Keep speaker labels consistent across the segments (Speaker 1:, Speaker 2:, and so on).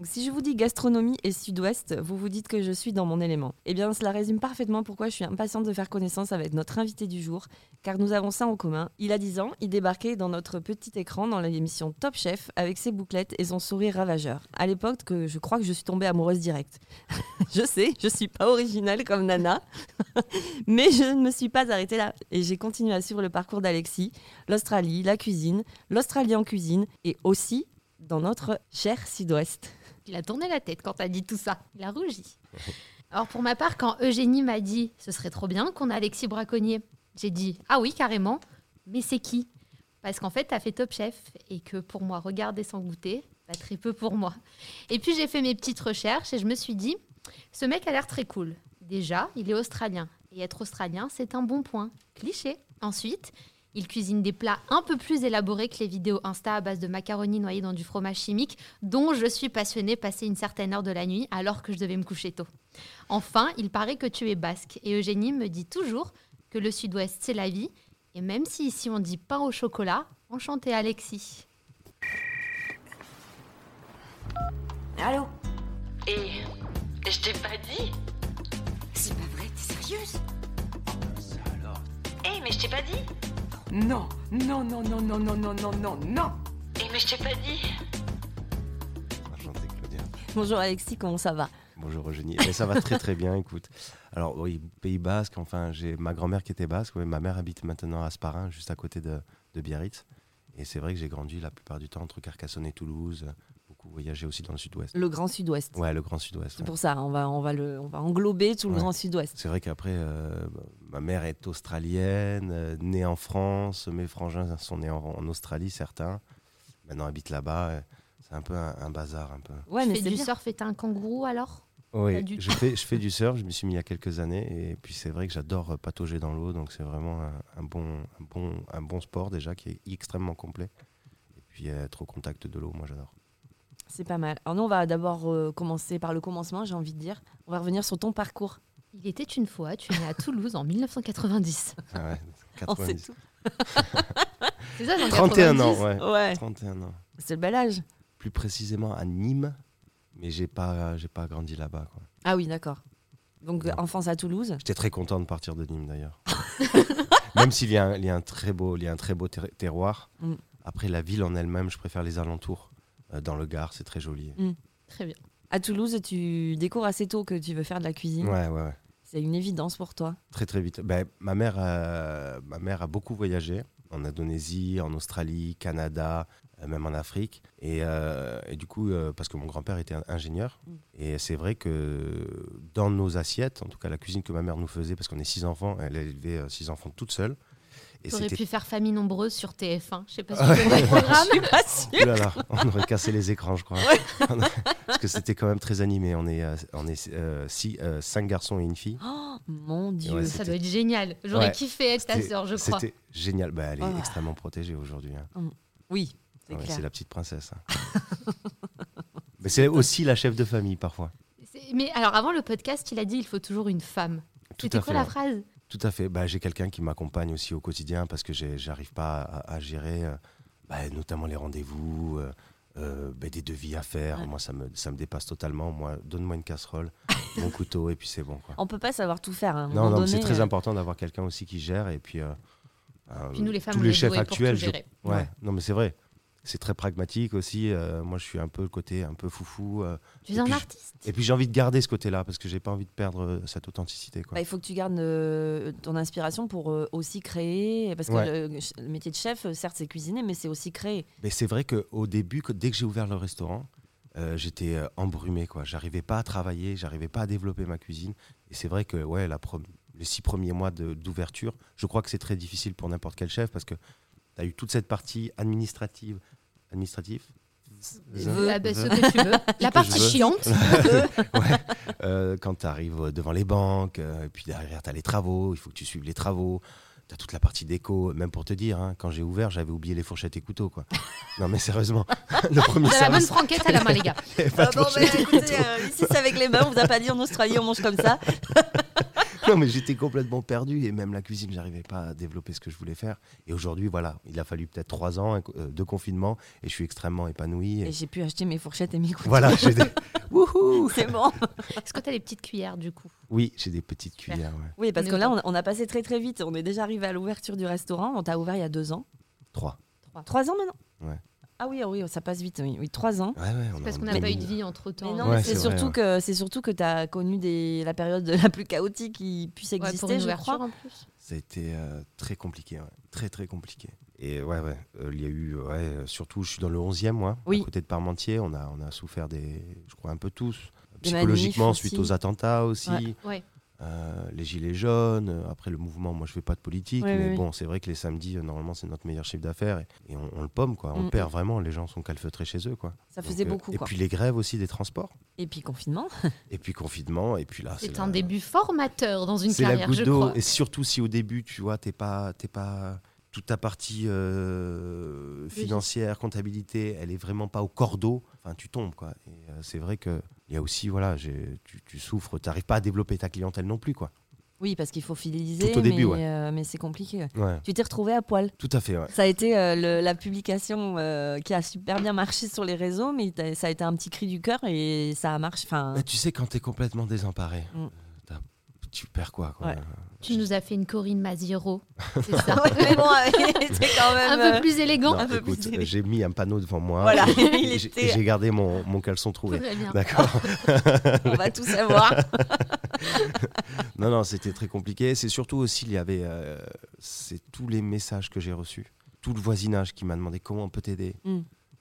Speaker 1: Donc, si je vous dis gastronomie et sud-ouest, vous vous dites que je suis dans mon élément. Eh bien, cela résume parfaitement pourquoi je suis impatiente de faire connaissance avec notre invité du jour, car nous avons ça en commun. Il a 10 ans, il débarquait dans notre petit écran dans l'émission Top Chef avec ses bouclettes et son sourire ravageur. À l'époque, que je crois que je suis tombée amoureuse directe. je sais, je suis pas originale comme Nana, mais je ne me suis pas arrêtée là et j'ai continué à suivre le parcours d'Alexis, l'Australie, la cuisine, l'Australie en cuisine et aussi dans notre cher sud-ouest.
Speaker 2: Il a tourné la tête quand t'as dit tout ça. Il a rougi. Alors pour ma part, quand Eugénie m'a dit ce serait trop bien qu'on a Alexis Braconnier, j'ai dit ah oui carrément, mais c'est qui Parce qu'en fait t'as fait Top Chef et que pour moi regarder sans goûter, pas très peu pour moi. Et puis j'ai fait mes petites recherches et je me suis dit ce mec a l'air très cool. Déjà, il est australien et être australien c'est un bon point. Cliché. Ensuite, il cuisine des plats un peu plus élaborés que les vidéos Insta à base de macaroni noyés dans du fromage chimique, dont je suis passionnée passé une certaine heure de la nuit alors que je devais me coucher tôt. Enfin, il paraît que tu es basque et Eugénie me dit toujours que le sud-ouest c'est la vie, et même si ici on dit pain au chocolat, enchanté Alexis.
Speaker 3: Allô
Speaker 4: Et je t'ai pas dit
Speaker 3: C'est pas vrai, t'es sérieuse
Speaker 4: Eh mais je t'ai pas dit
Speaker 3: Non, non, non, non, non, non, non, non, non, non
Speaker 4: Eh mais je t'ai pas dit
Speaker 5: Enchanté, Claudia.
Speaker 1: Bonjour Alexis, comment ça va
Speaker 5: Bonjour Eugénie. Mais ça va très très bien, écoute. Alors oui, Pays Basque, enfin j'ai ma grand-mère qui était basque, ouais, ma mère habite maintenant à Sparin, juste à côté de, de Biarritz. Et c'est vrai que j'ai grandi la plupart du temps entre Carcassonne et Toulouse, beaucoup voyagé aussi dans le sud-ouest.
Speaker 1: Le grand sud-ouest.
Speaker 5: Ouais, le grand sud-ouest.
Speaker 1: C'est
Speaker 5: ouais.
Speaker 1: pour ça, on va, on va, le, on va englober tout le
Speaker 5: Ouais.
Speaker 1: grand sud-ouest.
Speaker 5: C'est vrai qu'après, euh, bah, ma mère est australienne, euh, née en France, mes frangins sont nés en, en Australie, certains, maintenant habitent là-bas. euh, C'est un peu un, un bazar, un peu.
Speaker 1: Ouais,
Speaker 2: tu
Speaker 1: mais
Speaker 2: fais
Speaker 1: c'est
Speaker 2: du
Speaker 1: bien.
Speaker 2: surf et t'es un kangourou alors Pas
Speaker 5: Oui,
Speaker 2: du
Speaker 5: je fais, je fais du surf, je me suis mis il y a quelques années, et puis c'est vrai que j'adore euh, patauger dans l'eau, donc c'est vraiment un, un bon, un, bon, un bon sport déjà qui est extrêmement complet. Et puis euh, être au contact de l'eau, moi j'adore.
Speaker 1: C'est pas mal. Alors nous, on va d'abord euh, commencer par le commencement, j'ai envie de dire. On va revenir sur ton parcours.
Speaker 2: Il était une fois, tu es né à Toulouse en 1990.
Speaker 5: Ah ouais,
Speaker 1: On sait
Speaker 5: 90.
Speaker 1: Oh, tout.
Speaker 2: C'est ça, dans
Speaker 5: 31
Speaker 2: 90.
Speaker 5: ans, ouais.
Speaker 1: Ouais,
Speaker 5: 31 ans.
Speaker 1: c'est le bel âge.
Speaker 5: Plus précisément à Nîmes, mais j'ai pas, j'ai pas grandi là-bas. quoi.
Speaker 1: Ah oui, d'accord. Donc, euh, enfance à Toulouse.
Speaker 5: J'étais très content de partir de Nîmes d'ailleurs. Même s'il y, a un- il y a un très beau, il y a un très beau ter- terroir.
Speaker 1: Mm.
Speaker 5: Après la ville en elle-même, je préfère les alentours. Euh, dans le Gard, c'est très joli.
Speaker 2: Très bien.
Speaker 1: À Toulouse, tu découvres assez tôt que tu veux faire de la cuisine.
Speaker 5: Ouais, ouais, ouais.
Speaker 1: C'est une évidence pour toi.
Speaker 5: Très très vite. Ben, ma, mère, euh, ma mère a beaucoup voyagé en Indonésie, en Australie, Canada, euh, même en Afrique. Et, euh, et du coup, euh, parce que mon grand-père était un- ingénieur,
Speaker 1: Mm.
Speaker 5: et c'est vrai que dans nos assiettes, en tout cas la cuisine que ma mère nous faisait, parce qu'on est six enfants, elle a élevé euh, six enfants toute seule. Et
Speaker 2: T'aurais
Speaker 5: c'était-
Speaker 2: pu faire famille nombreuse sur TF1. Je sais pas si tu connais le programme.
Speaker 1: Pas sûr.
Speaker 5: Ouh là là, on aurait cassé les écrans, je crois. parce que c'était quand même très animé. On est, euh, on est euh, six, euh, cinq garçons et une fille.
Speaker 1: Oh mon Dieu.
Speaker 5: Ouais,
Speaker 2: Ça
Speaker 5: c'était-
Speaker 2: doit être génial. J'aurais
Speaker 5: Ouais.
Speaker 2: kiffé être ta
Speaker 5: C'était-
Speaker 2: sœur, je crois.
Speaker 5: C'était génial. Ben, elle est
Speaker 1: Oh.
Speaker 5: extrêmement protégée aujourd'hui. hein.
Speaker 1: Oui, c'est
Speaker 5: Ah Ouais,
Speaker 1: clair.
Speaker 5: c'est la petite princesse. hein. Mais c'est aussi la chef de famille parfois.
Speaker 2: C'est- Mais alors avant le podcast, il a dit il faut toujours une femme.
Speaker 5: Tout
Speaker 2: C'était
Speaker 5: à
Speaker 2: quoi
Speaker 5: fait.
Speaker 2: la
Speaker 5: ouais.
Speaker 2: phrase
Speaker 5: Tout à fait. Bah, j'ai quelqu'un qui m'accompagne aussi au quotidien parce que j'ai- j'arrive pas à, à gérer, euh, bah, notamment les rendez-vous, euh, euh, bah, des devis à faire.
Speaker 1: Ouais.
Speaker 5: Moi, ça me, ça me dépasse totalement. Moi, donne-moi une casserole, mon couteau et puis c'est bon. Quoi.
Speaker 1: On peut pas savoir tout faire. hein. À un
Speaker 5: Non,
Speaker 1: moment
Speaker 5: non, mais c'est
Speaker 1: donné,
Speaker 5: très
Speaker 1: euh,
Speaker 5: important d'avoir quelqu'un aussi qui gère et puis. euh, euh,
Speaker 2: Puis nous les femmes,
Speaker 5: tous
Speaker 2: on
Speaker 5: les
Speaker 2: est
Speaker 5: chefs
Speaker 2: douées
Speaker 5: actuels,
Speaker 2: pour tout
Speaker 5: je
Speaker 2: gérer.
Speaker 5: Ouais.
Speaker 1: Ouais.
Speaker 5: non mais c'est vrai. C'est très pragmatique aussi. euh, moi, je suis un peu le côté un peu foufou. euh,
Speaker 2: Tu es un
Speaker 5: puis je-
Speaker 2: artiste.
Speaker 5: Et puis j'ai envie de garder ce côté-là parce que j'ai pas envie de perdre euh, cette authenticité. Quoi.
Speaker 1: bah, il faut que tu gardes euh, ton inspiration pour euh, aussi créer. Parce que euh,
Speaker 5: Ouais.
Speaker 1: le, le métier de chef, euh, certes, c'est cuisiner, mais c'est aussi créer.
Speaker 5: Mais c'est vrai qu'au début, que- dès que j'ai ouvert le restaurant, euh, j'étais euh, embrumé. quoi. J'arrivais pas à travailler, j'arrivais pas à développer ma cuisine. Et c'est vrai que ouais, la pro- les six premiers mois de- d'ouverture, je crois que c'est très difficile pour n'importe quel chef parce que tu as eu toute cette partie administrative. administrative
Speaker 1: Veux-
Speaker 2: Ah bah, ce que tu veux. La partie
Speaker 5: veux.
Speaker 2: chiante.
Speaker 5: Ouais. Euh, quand tu arrives devant les banques, euh, et puis derrière, tu as les travaux, il faut que tu suives les travaux. Tu as toute la partie déco, même pour te dire, hein, quand j'ai ouvert, j'avais oublié les fourchettes et couteaux. Quoi. non, mais sérieusement, le premier
Speaker 2: T'as la bonne
Speaker 5: service.
Speaker 2: franquette à la main, les gars.
Speaker 5: il y avait pas de
Speaker 2: bah,
Speaker 1: bon,
Speaker 5: fourchette.
Speaker 2: euh,
Speaker 1: écoutez, ici, c'est avec les mains. On vous a pas dit en Australie, on mange comme ça.
Speaker 5: non, mais j'étais complètement perdu et même la cuisine, j'arrivais pas à développer ce que je voulais faire. Et aujourd'hui, voilà, il a fallu peut-être trois ans euh, de confinement et je suis extrêmement épanoui. Et
Speaker 1: Et j'ai pu acheter mes fourchettes et mes couteaux.
Speaker 5: voilà, j'ai des... Wouhou
Speaker 1: C'est bon.
Speaker 2: Est-ce que t'as des petites cuillères du coup
Speaker 5: Oui, j'ai des petites cuillères, ouais.
Speaker 1: Oui, parce
Speaker 2: Nous
Speaker 1: que là,
Speaker 2: pas.
Speaker 1: on a- on a passé très très vite. On est déjà arrivé à l'ouverture du restaurant. On t'a ouvert il y a deux ans.
Speaker 5: trois.
Speaker 1: Trois ans maintenant
Speaker 5: Ouais.
Speaker 1: Ah oui, ah oui, ça passe vite. Oui, oui, trois ans.
Speaker 5: Ouais, ouais, on
Speaker 2: C'est
Speaker 5: est
Speaker 2: parce
Speaker 5: en
Speaker 2: qu'on n'a pas eu de
Speaker 5: 2000.
Speaker 2: vie entre
Speaker 1: Mais
Speaker 2: temps.
Speaker 1: non,
Speaker 5: Ouais,
Speaker 1: mais c'est
Speaker 5: c'est vrai,
Speaker 1: surtout,
Speaker 5: ouais.
Speaker 1: que c'est surtout que tu as connu des, la période la plus chaotique qui puisse exister,
Speaker 2: pour une
Speaker 1: je
Speaker 2: ouverture
Speaker 1: crois.
Speaker 2: en plus.
Speaker 5: Ça a été euh, très compliqué, ouais. très très compliqué. Et ouais, ouais, euh, il y a eu, ouais, euh, surtout, je suis dans le 11e, moi,
Speaker 1: Oui.
Speaker 5: à côté de Parmentier, on a, on a souffert des, je crois, un peu tous.
Speaker 1: Des
Speaker 5: Psychologiquement,
Speaker 1: manifs
Speaker 5: suite
Speaker 1: aussi.
Speaker 5: aux attentats aussi,
Speaker 1: Ouais,
Speaker 2: ouais.
Speaker 5: Euh, les gilets jaunes, euh, après le mouvement, moi je fais pas de politique,
Speaker 1: Ouais,
Speaker 5: mais
Speaker 1: ouais,
Speaker 5: bon, c'est vrai que les samedis, euh, normalement, c'est notre meilleur chiffre d'affaires et, et on, on le pomme, quoi. On
Speaker 1: Mm.
Speaker 5: le perd vraiment, les gens sont calfeutrés chez eux, quoi.
Speaker 1: Ça
Speaker 5: Donc,
Speaker 1: faisait
Speaker 5: euh,
Speaker 1: beaucoup.
Speaker 5: Et
Speaker 1: quoi.
Speaker 5: puis les grèves aussi des transports,
Speaker 1: et puis confinement.
Speaker 5: et puis confinement, et puis là,
Speaker 2: C'est
Speaker 5: la-
Speaker 2: un début formateur dans une
Speaker 5: c'est la
Speaker 2: carrière,
Speaker 5: goutte
Speaker 2: je
Speaker 5: d'eau.
Speaker 2: crois.
Speaker 5: Et surtout si au début, tu vois, t'es pas, t'es pas toute ta partie euh, financière, comptabilité, elle est vraiment pas au cordeau. Enfin, tu tombes quoi. Et euh, c'est vrai que il y a aussi, voilà, j'ai- tu, tu souffres, t'arrives pas à développer ta clientèle non plus quoi.
Speaker 1: Oui, parce qu'il faut fidéliser.
Speaker 5: Tout au début,
Speaker 1: mais,
Speaker 5: ouais.
Speaker 1: euh, mais c'est compliqué. ouais.
Speaker 5: Ouais,
Speaker 1: Tu t'es retrouvé à poil.
Speaker 5: tout à fait. ouais.
Speaker 1: Ça a été euh, le- la publication euh, qui a super bien marché sur les réseaux, mais t'as- ça a été un petit cri du cœur et ça a marché. Enfin,
Speaker 5: Mais tu sais quand t'es complètement désemparé,
Speaker 1: Mm.
Speaker 5: euh, t'as- tu perds quoi, quoi.
Speaker 1: Ouais.
Speaker 2: Tu nous as fait une Corinne Maziero. C'est ça.
Speaker 1: ouais, mais bon, c'est quand même.
Speaker 2: un
Speaker 1: euh,
Speaker 2: peu plus élégant.
Speaker 5: Non,
Speaker 1: un peu plus
Speaker 5: écoute,
Speaker 1: serré.
Speaker 5: euh, j'ai mis un panneau devant moi.
Speaker 1: Voilà,
Speaker 5: et-
Speaker 1: il
Speaker 5: et j'ai-
Speaker 1: était-
Speaker 5: et j'ai gardé mon, mon caleçon troué.
Speaker 2: Très bien.
Speaker 5: D'accord.
Speaker 1: euh, On va tout savoir.
Speaker 5: Non, non, c'était très compliqué. C'est surtout aussi, il y avait euh, c'est tous les messages que j'ai reçus, tout le voisinage qui m'a demandé comment on peut t'aider.
Speaker 1: Mm.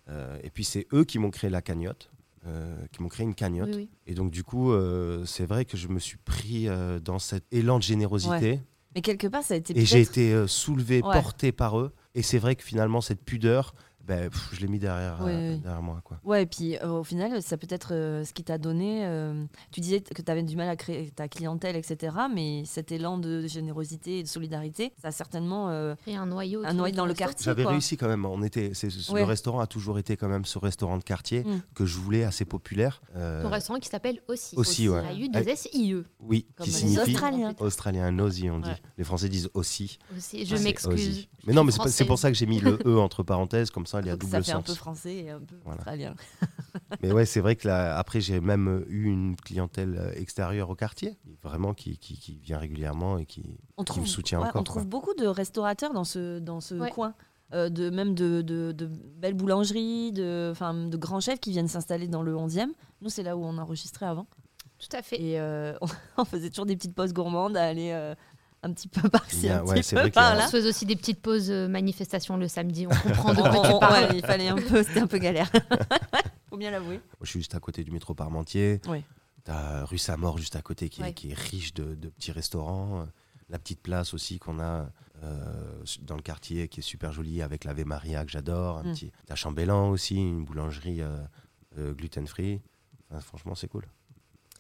Speaker 5: Euh, et puis, c'est eux qui m'ont créé la cagnotte, euh, qui m'ont créé une cagnotte.
Speaker 2: Oui, oui.
Speaker 5: Et donc, du coup, euh, c'est vrai que je me suis pris euh, dans cet élan de générosité
Speaker 1: Mais quelque part, ça a été.
Speaker 5: et j'ai
Speaker 1: peut-être-
Speaker 5: été euh, soulevé,
Speaker 1: Ouais.
Speaker 5: porté par eux. Et c'est vrai que finalement, cette pudeur, ben, pff, je l'ai mis derrière,
Speaker 1: Oui,
Speaker 5: euh,
Speaker 1: oui.
Speaker 5: derrière moi. Quoi.
Speaker 1: Ouais, et puis euh, au final, ça peut être euh, ce qui t'a donné. euh, tu disais que tu avais du mal à créer ta clientèle, etc. Mais cet élan de générosité et de solidarité, ça a certainement. euh,
Speaker 2: Créer un noyau.
Speaker 1: Un
Speaker 2: autour
Speaker 1: noyau
Speaker 2: du
Speaker 1: dans le
Speaker 2: restaurant.
Speaker 1: quartier. C'est
Speaker 5: J'avais
Speaker 1: quoi
Speaker 5: réussi quand même. On était, c'est-
Speaker 1: Ouais.
Speaker 5: Le restaurant a toujours été quand même ce restaurant de quartier
Speaker 1: Mm.
Speaker 5: que je voulais assez populaire. Euh,
Speaker 2: Ton restaurant qui s'appelle Aussi.
Speaker 5: Aussi, ouais.
Speaker 2: a eu des SIE.
Speaker 5: Oui,
Speaker 1: Comme
Speaker 5: qui
Speaker 1: les
Speaker 5: signifie
Speaker 1: Australiens.
Speaker 5: australien, nosi, on dit.
Speaker 1: Ouais.
Speaker 5: Les Français disent aussi.
Speaker 2: Aussi, je
Speaker 5: C'est
Speaker 2: m'excuse.
Speaker 5: aussi. Mais non, mais c'est pas- c'est pour ça que j'ai mis le E entre parenthèses, comme ça il y a
Speaker 1: donc
Speaker 5: double
Speaker 1: ça fait un peu
Speaker 5: sens.
Speaker 1: français et un peu
Speaker 5: Voilà.
Speaker 1: australien.
Speaker 5: Mais ouais, c'est vrai que là, après j'ai même eu une clientèle euh, extérieure au quartier, vraiment qui, qui, qui vient régulièrement et qui.
Speaker 1: On
Speaker 5: me soutient
Speaker 1: ouais,
Speaker 5: encore,
Speaker 1: On trouve
Speaker 5: quoi.
Speaker 1: beaucoup de restaurateurs dans ce, dans ce
Speaker 2: Ouais.
Speaker 1: coin. Euh, de, même de, de- de belles boulangeries, de, enfin, de grands chefs qui viennent s'installer dans le 11e. Nous, c'est là où on enregistrait avant.
Speaker 2: Tout à fait.
Speaker 1: Et euh, on, on faisait toujours des petites pauses gourmandes à aller euh, un petit peu par-ci,
Speaker 5: Bien,
Speaker 1: un
Speaker 5: ouais,
Speaker 1: petit
Speaker 5: c'est
Speaker 1: peu
Speaker 5: vrai qu'il y a-
Speaker 1: par-là.
Speaker 2: On se faisait aussi des petites pauses euh, manifestations le samedi. On comprend de
Speaker 1: On-
Speaker 2: quoi
Speaker 1: on-
Speaker 2: tu parles.
Speaker 1: ouais, il fallait un peu, c'était un peu galère. Faut bien l'avouer.
Speaker 5: Je suis juste à côté du métro Parmentier.
Speaker 1: Ouais.
Speaker 5: T'as euh, rue Saint-Maur juste à côté qui, est-
Speaker 1: Ouais.
Speaker 5: qui est riche de, de petits restaurants. Euh, La petite place aussi qu'on a euh, su- dans le quartier qui est super jolie avec l'Ave Maria que j'adore. un
Speaker 1: Mm.
Speaker 5: petit- T'as Chambellan aussi, une boulangerie euh, euh, gluten-free. Enfin, franchement, c'est cool.